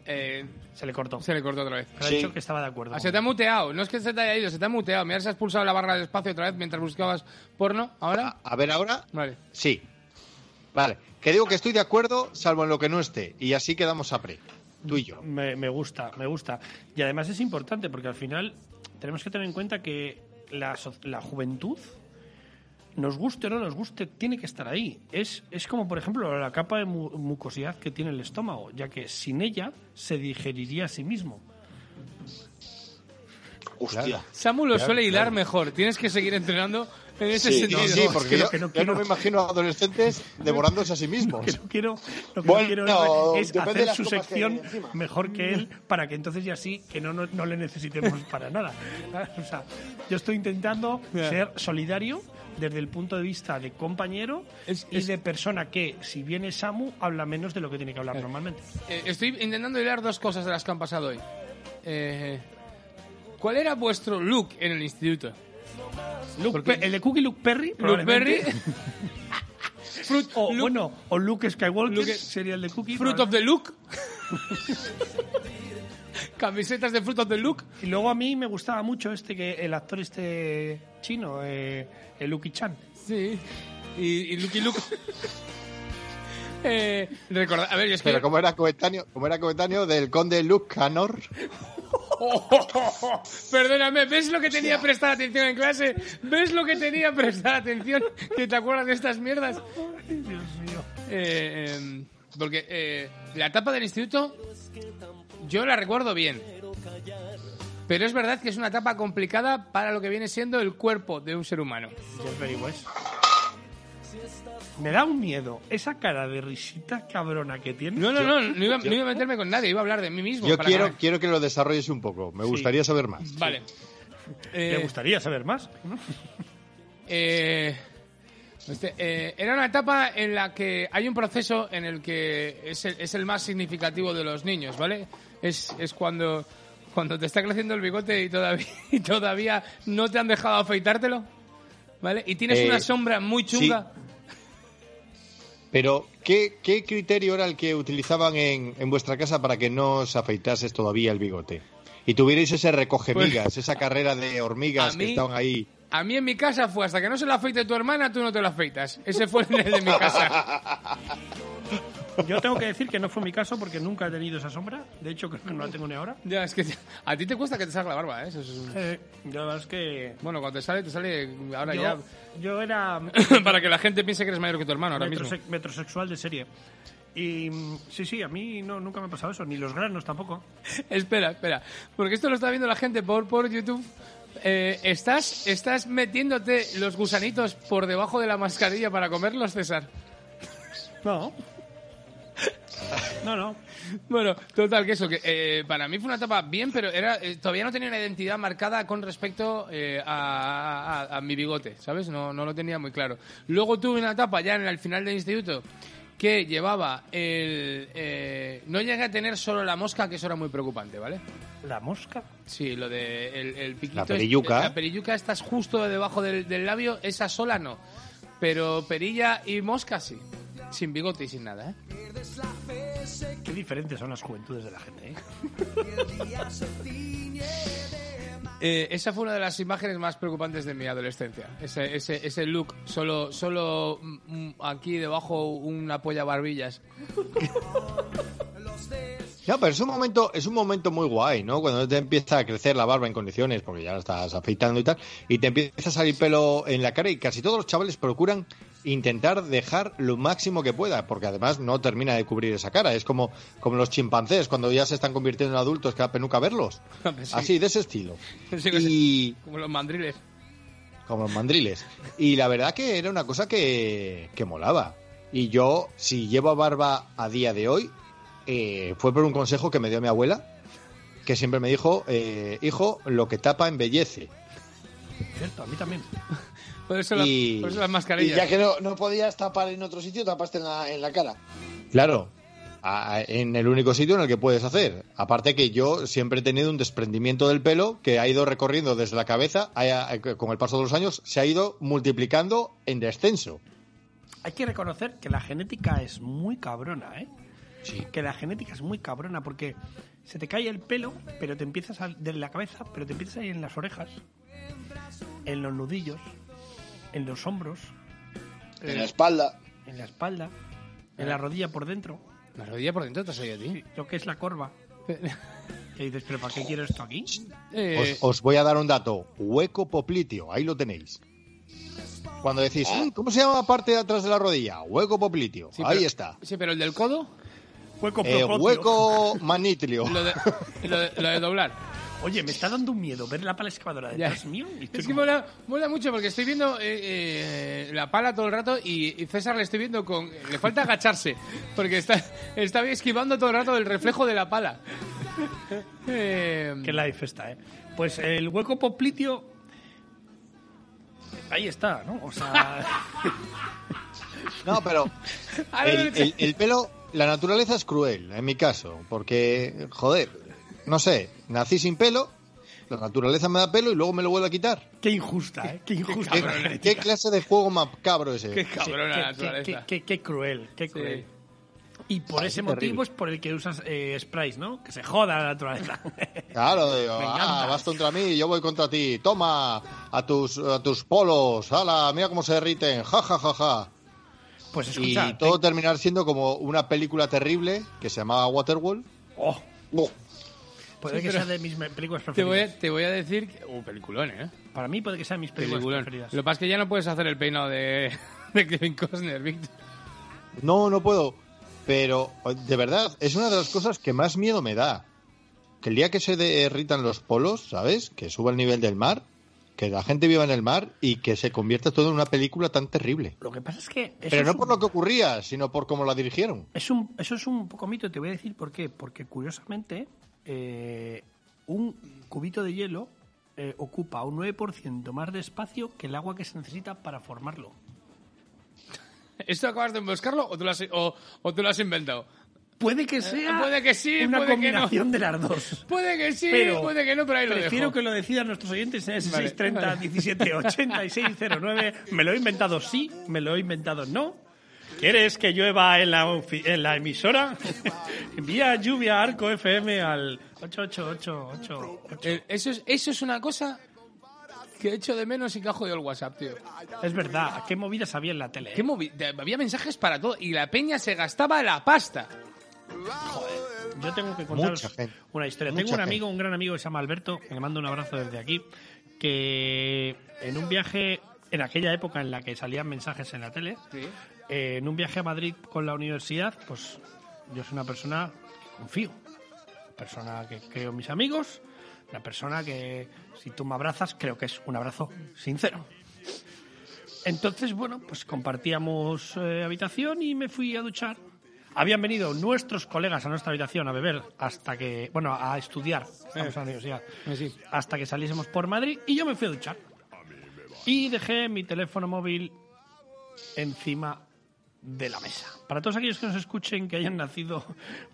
[SPEAKER 6] se le cortó.
[SPEAKER 5] Eh, Se le cortó otra vez.
[SPEAKER 6] Pero ha dicho que estaba de acuerdo.
[SPEAKER 5] Ah, se te ha muteado. No es que se te haya ido, se te ha muteado. Mira, se ha expulsado la barra del espacio otra vez mientras buscabas porno. ¿Ahora?
[SPEAKER 8] A ver, ahora...
[SPEAKER 5] Vale.
[SPEAKER 8] Sí. Vale. Que digo que estoy de acuerdo, salvo en lo que no esté. Y así quedamos a pre. Tú y yo.
[SPEAKER 6] Me, me gusta, me gusta. Y además es importante porque al final tenemos que tener en cuenta que la, so- la juventud, nos guste o no nos guste, tiene que estar ahí. Es, es como, por ejemplo, la capa de mu- mucosidad que tiene el estómago, ya que sin ella se digeriría a sí mismo.
[SPEAKER 7] Hostia.
[SPEAKER 5] Samu lo
[SPEAKER 6] Claro,
[SPEAKER 5] suele hilar
[SPEAKER 6] claro.
[SPEAKER 5] mejor. Tienes que seguir entrenando en ese
[SPEAKER 8] Sí,
[SPEAKER 5] sentido.
[SPEAKER 8] sí, porque yo, yo no me imagino a adolescentes devorándose a sí mismos.
[SPEAKER 6] Quiero, lo que
[SPEAKER 8] Bueno,
[SPEAKER 6] no quiero es
[SPEAKER 8] depende de
[SPEAKER 6] hacer
[SPEAKER 8] las
[SPEAKER 6] su
[SPEAKER 8] copas que hay
[SPEAKER 6] sección
[SPEAKER 8] encima.
[SPEAKER 6] mejor que él para que entonces ya sí que no, no, [LAUGHS] no le necesitemos para nada. O sea, yo estoy intentando ser solidario desde el punto de vista de compañero y de persona que, si viene Samu, habla menos de lo que tiene que hablar normalmente.
[SPEAKER 5] Eh, estoy intentando hilar dos cosas de las que han pasado hoy. Eh, ¿Cuál era vuestro look en el instituto?
[SPEAKER 6] Pe- el de Cookie Luke Perry.
[SPEAKER 5] Luke Perry, [LAUGHS]
[SPEAKER 6] probablemente. [LAUGHS] o, bueno, o Luke Skywalker sería el de Cookie.
[SPEAKER 5] Fruit of the Look. [LAUGHS] Camisetas de Fruit of the Look.
[SPEAKER 6] Y luego a mí me gustaba mucho este que el actor este chino, eh, el Lucky Chan.
[SPEAKER 5] Sí. Y, y Lucky Luke. [LAUGHS] eh, recorda- a ver, yo es
[SPEAKER 8] Pero
[SPEAKER 5] que...
[SPEAKER 8] como era coetáneo, como era coetáneo del conde Luke Canor,
[SPEAKER 5] [LAUGHS] Perdóname, ¿ves lo que tenía prestar atención en clase? ¿Ves lo que tenía prestar atención? [LAUGHS] ¿Que te acuerdas de estas mierdas? Eh, eh, porque eh, la etapa del instituto yo la recuerdo bien. Pero es verdad que es una etapa complicada para lo que viene siendo el cuerpo de un ser humano.
[SPEAKER 6] Pues Me da un miedo esa cara de risita cabrona que tiene.
[SPEAKER 5] No, no, no, [LAUGHS] no iba, no iba a meterme con nadie, iba a hablar de mí mismo.
[SPEAKER 8] yo
[SPEAKER 5] para
[SPEAKER 8] quiero,
[SPEAKER 5] acabar.
[SPEAKER 8] quiero que lo desarrolles un poco. Me gustaría saber más.
[SPEAKER 5] Vale.
[SPEAKER 6] ¿Te
[SPEAKER 5] Eh,
[SPEAKER 6] gustaría saber más?
[SPEAKER 5] Eh, este, eh, era una etapa en la que hay un proceso en el que es el, es el más significativo de los niños, ¿vale? Es, es cuando, cuando te está creciendo el bigote y todavía, [LAUGHS] y todavía no te han dejado afeitártelo, ¿vale? Y tienes
[SPEAKER 8] Eh,
[SPEAKER 5] una sombra muy
[SPEAKER 8] sí.
[SPEAKER 5] chunga.
[SPEAKER 8] Pero, ¿qué, qué criterio era el que utilizaban en, en vuestra casa para que no os afeitases todavía el bigote? Y tuvierais ese recoge migas, esa carrera de hormigas
[SPEAKER 5] Pues, a
[SPEAKER 8] que
[SPEAKER 5] mí-
[SPEAKER 8] estaban ahí.
[SPEAKER 5] A mí en mi casa fue hasta que no se lo afeite tu hermana, tú no te lo afeitas. Ese fue el de mi
[SPEAKER 8] [LAUGHS]
[SPEAKER 5] casa.
[SPEAKER 6] Yo tengo que decir que no fue mi caso porque nunca he tenido esa sombra. De hecho, creo que no la tengo ni ahora.
[SPEAKER 5] Ya, es que a ti te cuesta que te salga la barba, ¿eh? Eso es un-
[SPEAKER 6] Eh, la verdad es que
[SPEAKER 5] Bueno, cuando te sale, te sale ahora
[SPEAKER 6] yo,
[SPEAKER 5] ya... [LAUGHS]
[SPEAKER 6] yo era
[SPEAKER 5] Para que la gente piense que eres mayor que tu hermano ahora mismo.
[SPEAKER 6] metrose- metrosexual de serie. Y mm, sí, sí, a mí no, nunca me ha pasado eso, ni los granos tampoco.
[SPEAKER 5] [LAUGHS] Espera, espera. Porque esto lo está viendo la gente por, por YouTube. Eh, ¿estás, ¿Estás metiéndote los gusanitos por debajo de la mascarilla para comerlos, César? [LAUGHS]
[SPEAKER 6] No. No, no.
[SPEAKER 5] Bueno, total, que eso, que eh, para mí fue una etapa bien, pero era eh, todavía no tenía una identidad marcada con respecto eh, a, a- a mi bigote, ¿sabes? No, no lo tenía muy claro. Luego tuve una etapa ya en el final del instituto que llevaba el... eh, no llegué a tener solo la mosca, que eso era muy preocupante, ¿vale?
[SPEAKER 6] ¿La mosca?
[SPEAKER 5] Sí, lo de el, el piquito.
[SPEAKER 8] La
[SPEAKER 5] es-
[SPEAKER 8] perilluca.
[SPEAKER 5] la perilluca estás justo debajo del, del labio, esa sola no. Pero perilla y mosca sí. Sin bigote y sin nada, ¿eh?
[SPEAKER 6] Qué diferentes son las juventudes de la gente, ¿eh?
[SPEAKER 5] Eh, esa fue una de las imágenes más preocupantes de mi adolescencia. Ese, ese, ese look, solo, solo mm, mm, aquí debajo una polla barbillas.
[SPEAKER 8] No, pero es un momento, es un momento muy guay, ¿no? Cuando te empieza a crecer la barba en condiciones, porque ya la estás afeitando y tal, y te empieza a salir pelo en la cara, y casi todos los chavales procuran intentar dejar lo máximo que pueda, porque además no termina de cubrir esa cara. Es como, como los chimpancés cuando ya se están convirtiendo en adultos, que da penuca verlos.
[SPEAKER 5] Sí.
[SPEAKER 8] Así, de ese estilo.
[SPEAKER 5] [LAUGHS] Sí, pues
[SPEAKER 8] Y
[SPEAKER 5] Como los mandriles.
[SPEAKER 8] como los mandriles. Y la verdad que era una cosa que, que molaba. Y yo, si llevo barba a día de hoy, eh, fue por un consejo que me dio mi abuela, que siempre me dijo, eh, hijo, lo que tapa embellece.
[SPEAKER 6] Cierto, a mí también.
[SPEAKER 5] Por eso, la-
[SPEAKER 8] Y-
[SPEAKER 5] por eso las
[SPEAKER 7] Y
[SPEAKER 5] mascarillas.
[SPEAKER 7] ya que no, no podías tapar en otro sitio, tapaste en la, en la cara.
[SPEAKER 8] Claro, a- en el único sitio en el que puedes hacer. Aparte que yo siempre he tenido un desprendimiento del pelo que ha ido recorriendo desde la cabeza, a- a- con el paso de los años, se ha ido multiplicando en descenso.
[SPEAKER 6] Hay que reconocer que la genética es muy cabrona, ¿eh? Sí. Que la genética es muy cabrona porque se te cae el pelo, pero te empiezas a, de la cabeza, pero te empiezas a ir en las orejas, en los nudillos, en los hombros,
[SPEAKER 7] En la espalda.
[SPEAKER 6] en la espalda, en la rodilla por dentro,
[SPEAKER 5] La rodilla por dentro te has oído a ti.
[SPEAKER 6] lo que es la corva. Que dices, pero ¿para qué quiero esto aquí?
[SPEAKER 5] [LAUGHS] Eh,
[SPEAKER 8] Os, os voy a dar un dato. Hueco popliteo, ahí lo tenéis. Cuando decís, "Mm, ¿cómo se llama la parte de atrás de la rodilla? Hueco popliteo.
[SPEAKER 5] sí,
[SPEAKER 8] ahí
[SPEAKER 5] pero-
[SPEAKER 8] está.
[SPEAKER 5] Sí, pero el del codo,
[SPEAKER 6] Hueco
[SPEAKER 8] Eh,
[SPEAKER 6] propósito.
[SPEAKER 8] hueco manitlio.
[SPEAKER 5] [LAUGHS] lo
[SPEAKER 8] [LAUGHS]
[SPEAKER 5] de- lo de- lo de doblar.
[SPEAKER 6] Oye, me está dando un miedo ver la pala excavadora
[SPEAKER 5] Ya.
[SPEAKER 6] detrás mío. y estoy
[SPEAKER 5] Es que
[SPEAKER 6] como-
[SPEAKER 5] mola, mola mucho porque estoy viendo eh, eh, la pala todo el rato y, y César le estoy viendo con... Le falta agacharse porque está, está esquivando todo el rato el reflejo de la pala. Eh,
[SPEAKER 6] Qué life está, ¿eh? Pues el hueco poplitio Ahí está, ¿no? O sea.
[SPEAKER 3] [LAUGHS]
[SPEAKER 8] No,
[SPEAKER 6] [LAUGHS]
[SPEAKER 8] pero
[SPEAKER 6] Ahora
[SPEAKER 8] el,
[SPEAKER 6] me-
[SPEAKER 8] el- el pelo, la naturaleza es cruel, en mi caso, porque, joder, no sé, nací sin pelo, la naturaleza me da pelo y luego me lo vuelve a quitar.
[SPEAKER 6] Qué injusta, ¿eh? Qué injusta.
[SPEAKER 8] ¿Qué,
[SPEAKER 6] cabrón,
[SPEAKER 8] qué clase de juego más cabro ese?
[SPEAKER 6] Qué cabrón la naturaleza. Qué, qué cruel, qué
[SPEAKER 5] eh,
[SPEAKER 6] cruel. Y por
[SPEAKER 8] Ah,
[SPEAKER 6] ese
[SPEAKER 8] es terrible.
[SPEAKER 6] motivo es por el que usas eh, sprays, ¿no? Que se joda la
[SPEAKER 5] [LAUGHS]
[SPEAKER 6] naturaleza.
[SPEAKER 8] Claro, digo,
[SPEAKER 6] Me
[SPEAKER 8] ah,
[SPEAKER 6] encanta.
[SPEAKER 8] vas contra mí, yo voy contra ti, toma a tus, a tus polos, ala, mira cómo se derriten, ja, ja, ja, ja.
[SPEAKER 6] Pues escucha,
[SPEAKER 8] Y todo terminar siendo como una película terrible que se llamaba Waterworld.
[SPEAKER 6] Oh. Puede
[SPEAKER 5] Sí,
[SPEAKER 6] que
[SPEAKER 5] pero-
[SPEAKER 6] sea de mis me- películas
[SPEAKER 5] Te voy,
[SPEAKER 6] preferidas.
[SPEAKER 5] a, te voy a decir... que- Uh, peliculón, ¿eh?
[SPEAKER 6] Para mí puede que sea de mis películas
[SPEAKER 5] Peliculón.
[SPEAKER 6] preferidas.
[SPEAKER 5] Lo que pasa es que ya no puedes hacer el peinado de, [LAUGHS] de Kevin Costner, Víctor.
[SPEAKER 8] No, no puedo. Pero, de verdad, es una de las cosas que más miedo me da. Que el día que se derritan los polos, ¿sabes? Que suba el nivel del mar, que la gente viva en el mar y que se convierta todo en una película tan terrible.
[SPEAKER 6] Lo que pasa es que... eso
[SPEAKER 8] Pero
[SPEAKER 6] es
[SPEAKER 8] no
[SPEAKER 6] un-
[SPEAKER 8] por lo que ocurría, sino por cómo la dirigieron.
[SPEAKER 6] Es un, eso es un poco mito, te voy a decir por qué. Porque curiosamente, eh, un cubito de hielo eh, ocupa un 9% más de espacio que el agua que se necesita para formarlo.
[SPEAKER 5] ¿Esto acabas de buscarlo o tú lo has, o, o tú lo has inventado?
[SPEAKER 6] Puede que sea
[SPEAKER 5] Eh, puede que sí,
[SPEAKER 6] una
[SPEAKER 5] puede que
[SPEAKER 6] combinación
[SPEAKER 5] no.
[SPEAKER 6] de las dos.
[SPEAKER 5] Puede que sí,
[SPEAKER 6] Pero
[SPEAKER 5] puede que no, pero ahí lo
[SPEAKER 6] prefiero
[SPEAKER 5] dejo.
[SPEAKER 6] que lo decidan nuestros oyentes ¿eh? en el
[SPEAKER 5] Vale,
[SPEAKER 6] 630
[SPEAKER 5] vale.
[SPEAKER 6] 17 8609. Me lo he inventado sí, me lo he inventado no. ¿Quieres que llueva en la, ofi- en la emisora? [LAUGHS] Envía lluvia a Arco FM al 88888.
[SPEAKER 5] Eh, eso, es, eso es una cosa que echo de menos y que ha jodido el WhatsApp, tío.
[SPEAKER 6] Es verdad, qué movidas había en la tele. ¿eh?
[SPEAKER 5] Qué movi- de- había mensajes para todo y la peña se gastaba la pasta.
[SPEAKER 6] Yo tengo que contaros
[SPEAKER 8] Mucha gente.
[SPEAKER 6] una historia.
[SPEAKER 8] Mucha
[SPEAKER 6] tengo un
[SPEAKER 8] gente.
[SPEAKER 6] amigo, un gran amigo que se llama Alberto, que le mando un abrazo desde aquí, que en un viaje, en aquella época en la que salían mensajes en la tele, eh, en un viaje a Madrid con la universidad, pues yo soy una persona que confío, una persona que creo en mis amigos, una persona que si tú me abrazas creo que es un abrazo sincero. Entonces, bueno, pues compartíamos eh, habitación y me fui a duchar. Habían venido nuestros colegas a nuestra habitación a beber hasta que, bueno, a estudiar, estamos en la universidad, hasta que saliésemos por Madrid y yo me fui a duchar. Y dejé mi teléfono móvil encima de la mesa. Para todos aquellos que nos escuchen que hayan nacido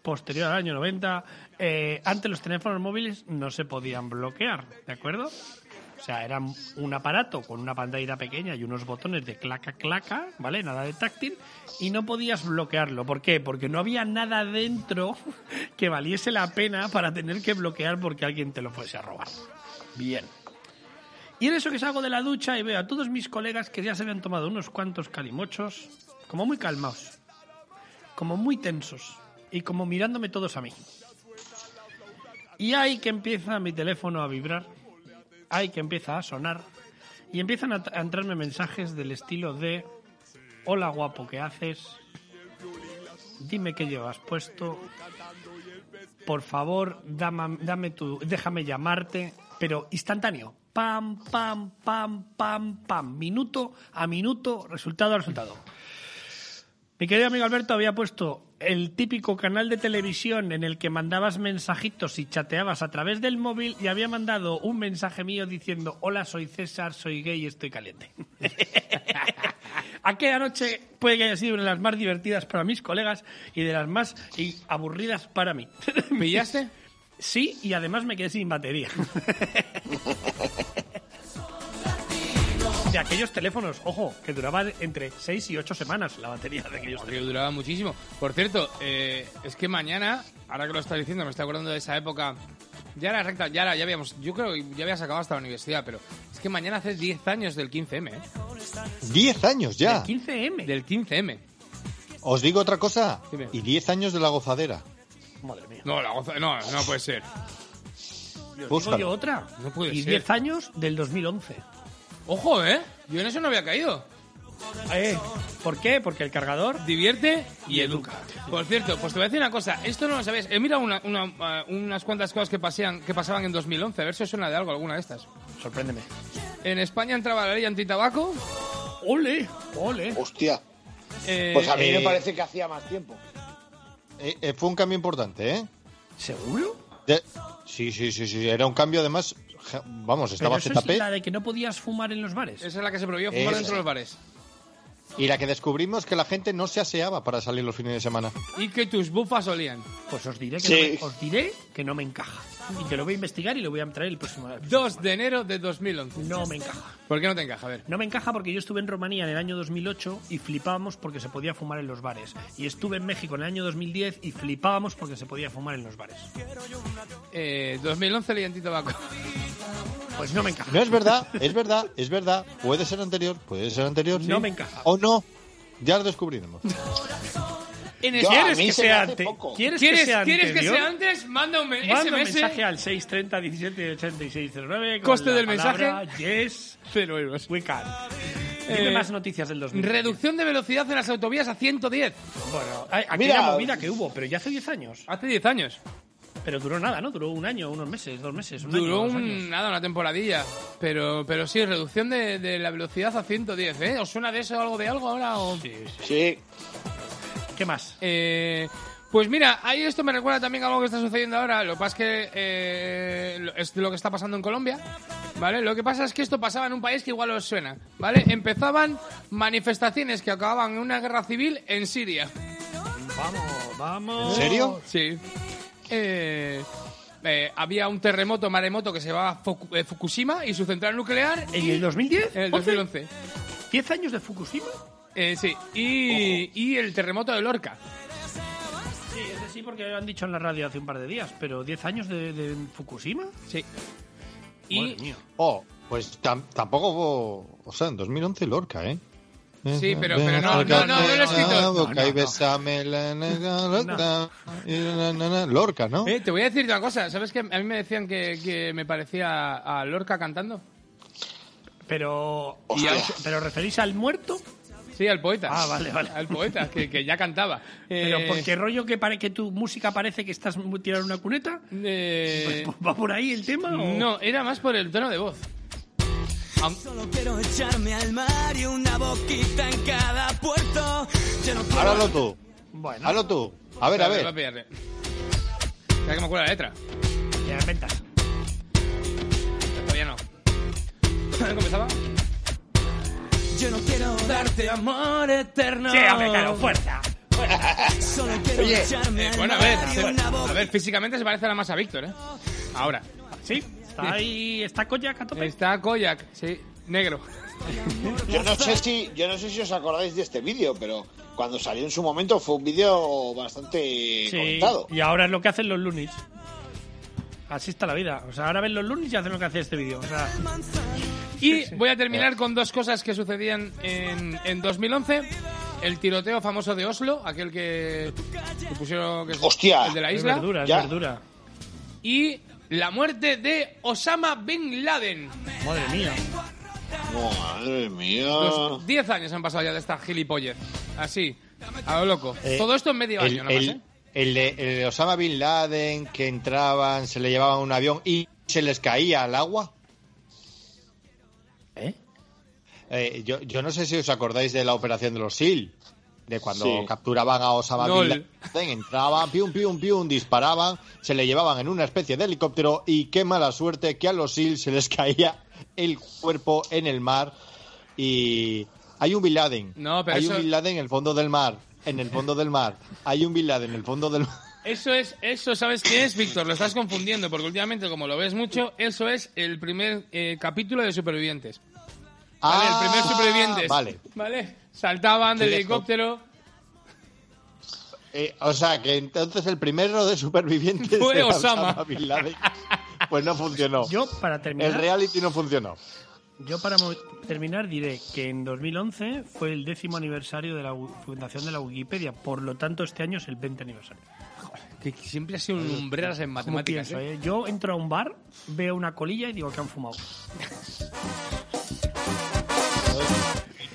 [SPEAKER 6] posterior al año 90, eh, antes los teléfonos móviles no se podían bloquear, ¿de acuerdo? O sea, era un aparato con una pantallita pequeña y unos botones de claca claca, ¿vale? Nada de táctil y no podías bloquearlo. ¿Por qué? Porque no había nada dentro [LAUGHS] que valiese la pena para tener que bloquear porque alguien te lo fuese a robar. Bien. Y en eso que salgo de la ducha y veo a todos mis colegas que ya se habían tomado unos cuantos calimochos, como muy calmados, como muy tensos y como mirándome todos a mí. Y ahí que empieza mi teléfono a vibrar, ahí que empieza a sonar y empiezan a, a entrarme mensajes del estilo de Hola guapo, ¿qué haces? Dime qué llevas puesto, por favor, dama- dame tu, déjame llamarte, pero instantáneo. Pam, pam, pam, pam, pam. Minuto a minuto, resultado a resultado. Mi querido amigo Alberto había puesto el típico canal de televisión en el que mandabas mensajitos y chateabas a través del móvil y había mandado un mensaje mío diciendo hola, soy César, soy gay y estoy caliente. [LAUGHS] Aquella noche puede que haya sido una de las más divertidas para mis colegas y de las más y- aburridas para mí. [LAUGHS]
[SPEAKER 5] ¿Pillaste?
[SPEAKER 6] Sí, y además me quedé sin batería. [LAUGHS] De aquellos teléfonos, ojo, que duraban entre 6 y 8 semanas la batería de aquellos
[SPEAKER 5] Porque duraba muchísimo. Por cierto, eh, es que mañana, ahora que lo estás diciendo, me estoy acordando de esa época. Ya era recta, ya, era, ya habíamos, yo creo que ya habías acabado hasta la universidad, pero es que mañana haces 10 años del 15M, ¿eh?
[SPEAKER 8] Diez años ya.
[SPEAKER 6] 15M.
[SPEAKER 5] Del 15M.
[SPEAKER 8] Os digo otra cosa.
[SPEAKER 5] Dime.
[SPEAKER 8] Y diez años de la gozadera.
[SPEAKER 6] Madre mía.
[SPEAKER 5] No, la goza- no, no puede ser.
[SPEAKER 6] Digo yo
[SPEAKER 8] Búscalo.
[SPEAKER 6] otra.
[SPEAKER 5] No puede
[SPEAKER 6] y
[SPEAKER 5] ser.
[SPEAKER 6] 10 años del 2011.
[SPEAKER 5] Ojo, ¿eh? Yo en eso no había caído.
[SPEAKER 6] Eh, ¿Por qué? Porque el cargador...
[SPEAKER 5] Divierte y educa. Por cierto, pues te voy a decir una cosa. Esto no lo sabéis. He mirado una- una, ah, unas cuantas cosas que, pasean, que pasaban en 2011. A ver si os suena de algo alguna de estas.
[SPEAKER 6] Sorpréndeme.
[SPEAKER 5] En España entraba la ley antitabaco.
[SPEAKER 6] Ole, ole.
[SPEAKER 7] Hostia.
[SPEAKER 5] Eh,
[SPEAKER 7] Pues a mí
[SPEAKER 8] eh,
[SPEAKER 7] me parece que hacía más tiempo.
[SPEAKER 8] Eh, eh, fue un cambio importante, ¿eh?
[SPEAKER 6] ¿Seguro?
[SPEAKER 8] De- Sí, sí, sí, sí. Era un cambio además ja- vamos, estaba
[SPEAKER 6] Pero eso
[SPEAKER 8] ZP.
[SPEAKER 6] es la de que no podías fumar en los bares.
[SPEAKER 5] Esa es la que se prohibió
[SPEAKER 8] fumar dentro de los
[SPEAKER 5] bares.
[SPEAKER 8] Y la que descubrimos que la gente no se aseaba para salir los fines de semana.
[SPEAKER 5] Y que tus bufas olían.
[SPEAKER 6] Pues os diré que,
[SPEAKER 8] Sí.
[SPEAKER 6] no, me, os diré que no me encaja. Y que lo voy a investigar y lo voy a traer el próximo.
[SPEAKER 5] 2 de enero de 2011.
[SPEAKER 6] No me encaja.
[SPEAKER 5] ¿Por qué no te encaja? A ver.
[SPEAKER 6] No me encaja porque yo estuve en Rumanía en el año 2008 y flipábamos porque se podía fumar en los bares. Y estuve en México en el año 2010 y flipábamos porque se podía fumar en los bares.
[SPEAKER 5] Eh, 2011 leí [LAUGHS] Tabaco.
[SPEAKER 6] Pues no me encaja.
[SPEAKER 8] No es verdad, es verdad, es verdad. Puede ser anterior, puede ser anterior.
[SPEAKER 6] No
[SPEAKER 8] sí.
[SPEAKER 6] me encaja.
[SPEAKER 8] O no. Ya lo descubriremos.
[SPEAKER 6] Yo, ¿Quieres a mí que se me sea hace ante- poco. quieres que sea
[SPEAKER 5] quieres que
[SPEAKER 6] anterior?
[SPEAKER 5] sea antes? Manda un men-
[SPEAKER 6] Manda un
[SPEAKER 5] SMS.
[SPEAKER 6] mensaje al 630 17 86 09 con
[SPEAKER 5] Coste
[SPEAKER 6] la
[SPEAKER 5] del
[SPEAKER 6] palabra
[SPEAKER 5] mensaje.
[SPEAKER 6] Yes.
[SPEAKER 5] Cero euros.
[SPEAKER 6] We can. Dime
[SPEAKER 5] Eh,
[SPEAKER 6] más noticias del 2000.
[SPEAKER 5] Reducción de velocidad en las autovías a 110.
[SPEAKER 6] Bueno, a- aquella movida que hubo, pero ya hace 10 años.
[SPEAKER 5] Hace 10 años.
[SPEAKER 6] Pero duró nada, ¿no? Duró un año, unos meses, dos meses. Un
[SPEAKER 5] Duró
[SPEAKER 6] año, dos años.
[SPEAKER 5] un, nada, una temporadilla. Pero, pero sí, reducción de, de la velocidad a 110, ¿eh? ¿Os suena de eso algo de algo ahora? O...
[SPEAKER 7] Sí.
[SPEAKER 6] ¿Qué más?
[SPEAKER 5] Eh, pues mira, ahí esto me recuerda también a algo que está sucediendo ahora. Lo que pasa es que eh, lo- es lo que está pasando en Colombia. ¿Vale? Lo que pasa es que esto pasaba en un país que igual os suena. ¿Vale? Empezaban manifestaciones que acababan en una guerra civil en Siria.
[SPEAKER 6] Vamos, vamos.
[SPEAKER 8] ¿En serio?
[SPEAKER 5] Sí. Eh, eh, había un terremoto, maremoto que se llamaba Fuku- eh, Fukushima y su central nuclear.
[SPEAKER 6] ¿En
[SPEAKER 5] y-
[SPEAKER 6] el 2010?
[SPEAKER 5] En el 2011.
[SPEAKER 6] ¿10 años de Fukushima?
[SPEAKER 5] Eh, sí. Y, y el terremoto de Lorca.
[SPEAKER 6] Sí, ese sí, porque lo han dicho en la radio hace un par de días, pero 10 años de, de Fukushima.
[SPEAKER 5] Sí.
[SPEAKER 6] Madre
[SPEAKER 5] Y
[SPEAKER 6] mía.
[SPEAKER 8] Oh, pues tam- tampoco hubo. O sea, en 2011 Lorca, ¿eh?
[SPEAKER 5] Sí, pero- pero no, no, no, no lo he escrito.
[SPEAKER 8] Ah,
[SPEAKER 5] No,
[SPEAKER 8] boca
[SPEAKER 5] no,
[SPEAKER 8] y
[SPEAKER 5] no.
[SPEAKER 8] besame la nega, Lorca, y na, na, na, Lorca, ¿no?
[SPEAKER 5] Eh, te voy a decir una cosa, ¿sabes que a mí me decían que, que me parecía a Lorca cantando?
[SPEAKER 6] Pero,
[SPEAKER 5] Y a-
[SPEAKER 6] pero referís al muerto,
[SPEAKER 5] sí, al poeta.
[SPEAKER 6] Ah, vale, vale.
[SPEAKER 5] Al poeta, que, que ya cantaba.
[SPEAKER 6] [LAUGHS] pero
[SPEAKER 5] Eh,
[SPEAKER 6] porque rollo que, pare, que tu música parece que estás mu- tirando una cuneta. Pues,
[SPEAKER 5] eh,
[SPEAKER 6] ¿Va por ahí el tema? o-
[SPEAKER 5] no, era más por el tono de voz.
[SPEAKER 4] Solo quiero echarme al mar y una boquita en cada puerto. Ya no quiero-
[SPEAKER 8] Háblalo tú.
[SPEAKER 6] Bueno.
[SPEAKER 8] Háblalo tú. A ver, a
[SPEAKER 5] Espérate, voy
[SPEAKER 8] ver.
[SPEAKER 5] pillarle. Espera que me acuerdo la letra.
[SPEAKER 6] Te das ventas.
[SPEAKER 5] Todavía no. ¿Cómo empezaba? Eh,
[SPEAKER 4] Yo no quiero darte amor eterno.
[SPEAKER 6] Sí, hombre, claro, fuerza.
[SPEAKER 4] Solo quiero
[SPEAKER 5] Oye,
[SPEAKER 4] echarme
[SPEAKER 5] eh,
[SPEAKER 4] al
[SPEAKER 5] bueno, a
[SPEAKER 4] mar
[SPEAKER 5] ver,
[SPEAKER 4] y
[SPEAKER 5] se-
[SPEAKER 4] una
[SPEAKER 5] a
[SPEAKER 4] boquita-
[SPEAKER 5] ver, físicamente se parece a la masa Víctor, ¿eh? Ahora.
[SPEAKER 6] Sí, está ahí, está Koyak a tope.
[SPEAKER 5] Está Koyak, sí, negro.
[SPEAKER 7] Yo no sé si, yo no sé si os acordáis de este vídeo, pero cuando salió en su momento fue un vídeo bastante
[SPEAKER 6] Sí,
[SPEAKER 7] comentado.
[SPEAKER 6] y ahora es lo que hacen los lunis. Así está la vida. O sea, ahora ven los lunis y hacen lo que hace este vídeo. O sea,
[SPEAKER 5] Y voy a
[SPEAKER 8] Eh.
[SPEAKER 5] terminar con dos cosas que sucedían en, en 2011. El tiroteo famoso de Oslo, aquel que, que pusieron que es
[SPEAKER 7] Hostia.
[SPEAKER 5] el de la
[SPEAKER 6] es
[SPEAKER 5] isla.
[SPEAKER 6] verdura, es
[SPEAKER 7] Ya.
[SPEAKER 6] verdura.
[SPEAKER 5] Y la muerte de Osama Bin Laden.
[SPEAKER 6] Madre mía.
[SPEAKER 7] Madre mía.
[SPEAKER 5] Los 10 años han pasado ya de esta gilipollez. Así, a lo loco.
[SPEAKER 8] Eh,
[SPEAKER 5] Todo esto en medio
[SPEAKER 8] El,
[SPEAKER 5] año, nada más,
[SPEAKER 8] el-
[SPEAKER 5] ¿eh?
[SPEAKER 8] el de, el de Osama Bin Laden, que entraban, se le llevaban un avión y se les caía al agua.
[SPEAKER 6] ¿Eh?
[SPEAKER 8] Eh, yo, yo no sé si os acordáis de la operación de los SEAL, E de cuando
[SPEAKER 7] Sí.
[SPEAKER 8] capturaban a Osama
[SPEAKER 5] Lol.
[SPEAKER 8] Bin Laden, entraban, pium, pium, pium, disparaban, se le llevaban en una especie de helicóptero y qué mala suerte que a los SEAL E se les [LAUGHS] caía el cuerpo en el mar y hay un Bin Laden,
[SPEAKER 5] No, pero
[SPEAKER 8] hay
[SPEAKER 5] eso-
[SPEAKER 8] un Bin Laden en el fondo del mar, en el fondo del mar, hay un Bin Laden en el fondo del mar.
[SPEAKER 5] Eso es, eso sabes qué es, Víctor, lo estás confundiendo, porque últimamente, como lo ves mucho, eso es el primer eh, capítulo de Supervivientes. [LAUGHS] Vale,
[SPEAKER 8] Ah,
[SPEAKER 5] el primer Supervivientes.
[SPEAKER 8] Vale,
[SPEAKER 5] Vale. Saltaban del
[SPEAKER 8] Sí, eso.
[SPEAKER 5] helicóptero.
[SPEAKER 8] Eh, o sea que entonces el primero de
[SPEAKER 5] [LAUGHS]
[SPEAKER 8] supervivientes
[SPEAKER 5] Fue
[SPEAKER 8] era
[SPEAKER 5] Osama.
[SPEAKER 8] [LAUGHS] Bin Laden. Pues no funcionó.
[SPEAKER 6] Yo, para
[SPEAKER 8] El
[SPEAKER 6] terminar,
[SPEAKER 8] reality no funcionó.
[SPEAKER 6] yo para mo- terminar diré que en 2011 fue el décimo aniversario de la wi- fundación de la Wikipedia. Por lo tanto, este año es el 20 aniversario.
[SPEAKER 5] Que siempre ha sido un lumbreras en
[SPEAKER 6] Como
[SPEAKER 5] matemáticas.
[SPEAKER 6] pienso,
[SPEAKER 5] ¿eh?
[SPEAKER 6] ¿eh? Yo entro a un bar, veo una colilla y digo que han fumado.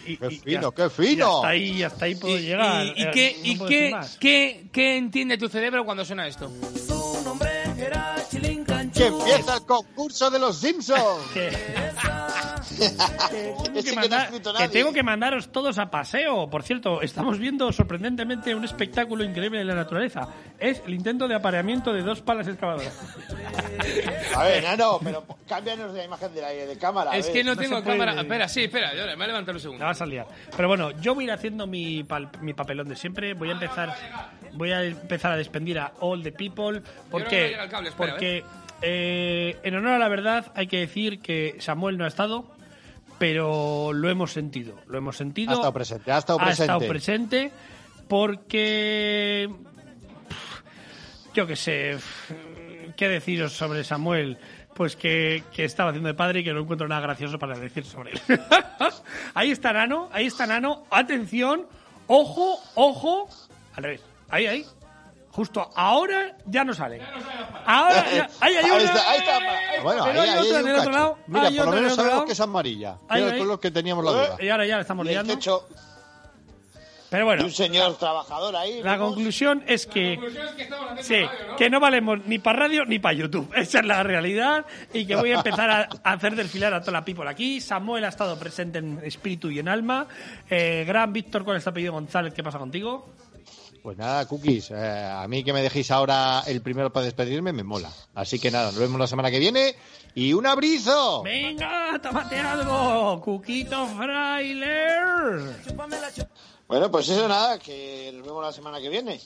[SPEAKER 6] Y-
[SPEAKER 8] ¡Qué
[SPEAKER 6] y- y
[SPEAKER 8] fino,
[SPEAKER 6] hasta-
[SPEAKER 8] qué fino!
[SPEAKER 6] y hasta ahí, hasta ahí puedo
[SPEAKER 5] Y-
[SPEAKER 6] llegar.
[SPEAKER 5] ¿Y, y
[SPEAKER 6] Eh,
[SPEAKER 5] qué,
[SPEAKER 6] no
[SPEAKER 5] y
[SPEAKER 6] puedo decir
[SPEAKER 5] qué,
[SPEAKER 6] más.
[SPEAKER 5] qué- qué entiende tu cerebro cuando suena esto?
[SPEAKER 4] Su nombre era Chilín
[SPEAKER 8] ¡Que
[SPEAKER 4] Canchú.
[SPEAKER 8] empieza el concurso de los Simpsons!
[SPEAKER 6] Que-
[SPEAKER 8] [LAUGHS]
[SPEAKER 6] que, mandar- que tengo que mandaros todos a paseo. Por cierto, estamos viendo sorprendentemente un espectáculo increíble de la naturaleza. Es el intento de apareamiento de dos palas excavadoras.
[SPEAKER 7] A ver, Nano, pero po- cámbianos la imagen de, la, de cámara. a
[SPEAKER 5] Es
[SPEAKER 7] ver.
[SPEAKER 5] que no tengo
[SPEAKER 6] se puede.
[SPEAKER 5] cámara. Espera, sí, espera, yo me voy a levantar un segundo.
[SPEAKER 6] La vas a liar. Pero bueno, yo voy a ir haciendo mi, pal- mi papelón de siempre. Voy a empezar voy a empezar a despedir a all the people.
[SPEAKER 5] no
[SPEAKER 6] Porque,
[SPEAKER 5] me llega el cable, espera,
[SPEAKER 6] porque eh, en honor a la verdad hay que decir que Samuel no ha estado, pero lo hemos sentido. Lo hemos sentido.
[SPEAKER 8] Ha estado presente, ha estado presente.
[SPEAKER 6] presente porque... pff, Yo qué sé, pff, qué deciros sobre Samuel. Pues que, que estaba haciendo de padre y que no encuentro nada gracioso para decir sobre él. [LAUGHS] Ahí está Nano, ahí está Nano. Atención, ojo, ojo. Al revés, ahí, ahí. Justo ahora ya no sale. Ahora Ah, ya. Ahí hay una.
[SPEAKER 8] Ahí está, ahí Bueno,
[SPEAKER 6] Pero
[SPEAKER 8] ahí-
[SPEAKER 6] hay
[SPEAKER 8] ahí
[SPEAKER 6] otra en
[SPEAKER 8] hay un
[SPEAKER 6] el otro
[SPEAKER 8] cacho.
[SPEAKER 6] lado.
[SPEAKER 8] Mira,
[SPEAKER 6] hay
[SPEAKER 8] por lo
[SPEAKER 6] otra en el
[SPEAKER 8] menos
[SPEAKER 6] otro
[SPEAKER 8] sabemos
[SPEAKER 6] lado.
[SPEAKER 8] que es amarilla.
[SPEAKER 6] Ahí,
[SPEAKER 8] Mira,
[SPEAKER 6] ahí.
[SPEAKER 8] con los que teníamos la duda.
[SPEAKER 6] Y ahora ya la estamos liando. Pero bueno.
[SPEAKER 7] Y un señor trabajador ahí.
[SPEAKER 6] La
[SPEAKER 7] vamos.
[SPEAKER 6] conclusión es que. Sí,
[SPEAKER 7] radio, ¿no?
[SPEAKER 6] que no valemos ni para radio ni para YouTube. Esa es la realidad. Y que voy a empezar a, [LAUGHS] a hacer desfilar a toda la people aquí. Samuel ha estado presente en espíritu y en alma. Eh, gran Víctor, ¿cuál es tu apellido González? ¿Qué pasa contigo?
[SPEAKER 8] Pues nada, cookies. eh, a mí que me dejéis ahora el primero para despedirme me mola. Así que nada, nos vemos la semana que viene. ¡Y un abrizo!
[SPEAKER 6] ¡Venga, tómate algo! ¡Cuquito Frailer!
[SPEAKER 7] Bueno, pues eso nada, que nos vemos la semana que viene.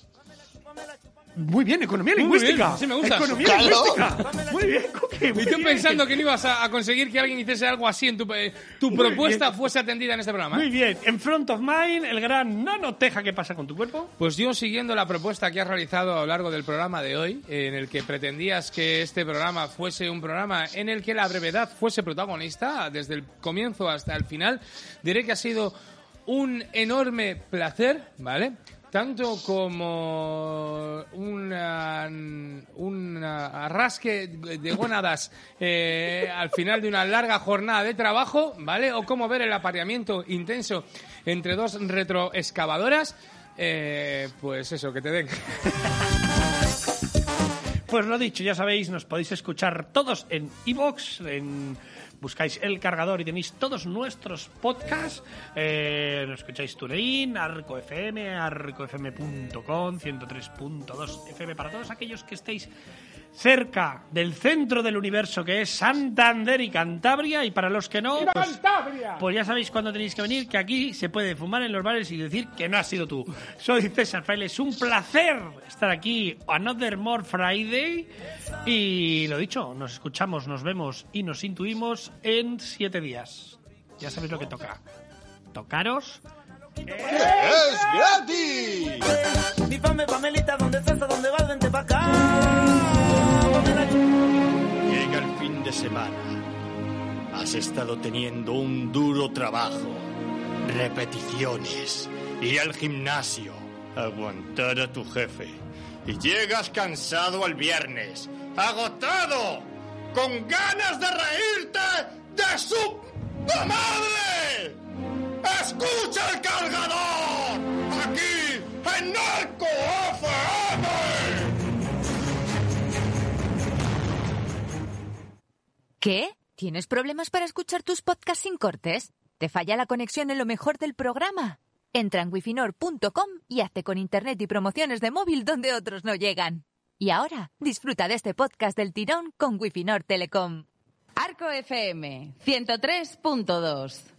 [SPEAKER 6] Muy bien, economía
[SPEAKER 7] Muy
[SPEAKER 6] lingüística.
[SPEAKER 7] bien, sí me gusta.
[SPEAKER 6] Economía
[SPEAKER 7] Claro.
[SPEAKER 6] lingüística. Muy bien, Cookie. muy
[SPEAKER 5] Y tú
[SPEAKER 6] bien.
[SPEAKER 5] pensando que no ibas a, a conseguir que alguien hiciese algo así en tu, eh, tu
[SPEAKER 6] Muy
[SPEAKER 5] propuesta
[SPEAKER 6] bien.
[SPEAKER 5] fuese atendida en este programa. ¿eh?
[SPEAKER 6] Muy bien. En front of mind, el gran Nano Teja, ¿qué pasa con tu cuerpo?
[SPEAKER 5] Pues yo siguiendo la propuesta que has realizado a lo largo del programa de hoy, en el que pretendías que este programa fuese un programa en el que la brevedad fuese protagonista, desde el comienzo hasta el final, diré que ha sido un enorme placer, ¿vale? Tanto como una- un arrasque de gónadas eh, al final de una larga jornada de trabajo, ¿vale? O como ver el apareamiento intenso entre dos retroexcavadoras. Eh, pues eso, que te den.
[SPEAKER 6] Pues lo dicho, ya sabéis, nos podéis escuchar todos en iVoox, en... Buscáis el cargador y tenéis todos nuestros podcasts. Eh, nos escucháis TuneIn, Arco FM, arcofm.com, 103.2 FM. Para todos aquellos que estéis cerca del centro del universo que es Santander y Cantabria, y para los que no, pues, pues ya sabéis cuándo tenéis que venir, que aquí se puede fumar en los bares y decir que no has sido tú. Soy César Fraile, es un placer estar aquí, Another More Friday, y lo dicho, nos escuchamos, nos vemos y nos intuimos en siete días. Ya sabéis lo que toca. Tocaros.
[SPEAKER 8] ¡Es gratis!
[SPEAKER 3] Mi pame, Pamelita, ¿dónde estás? ¿A dónde vas? Vente pa' acá.
[SPEAKER 12] Llega el fin de semana. Has estado teniendo un duro trabajo, repeticiones, ir al gimnasio, aguantar a tu jefe. Y llegas cansado al viernes, agotado, con ganas de reírte de su puta madre. ¡Escucha el cargador! Aquí, en Narco FM.
[SPEAKER 13] ¿Qué? ¿Tienes problemas para escuchar tus podcasts sin cortes? ¿Te falla la conexión en lo mejor del programa? Entra en wifinor.com y hazte con internet y promociones de móvil donde otros no llegan. Y ahora, disfruta de este podcast del tirón con Wifinor Telecom.
[SPEAKER 1] Arco FM 103.2.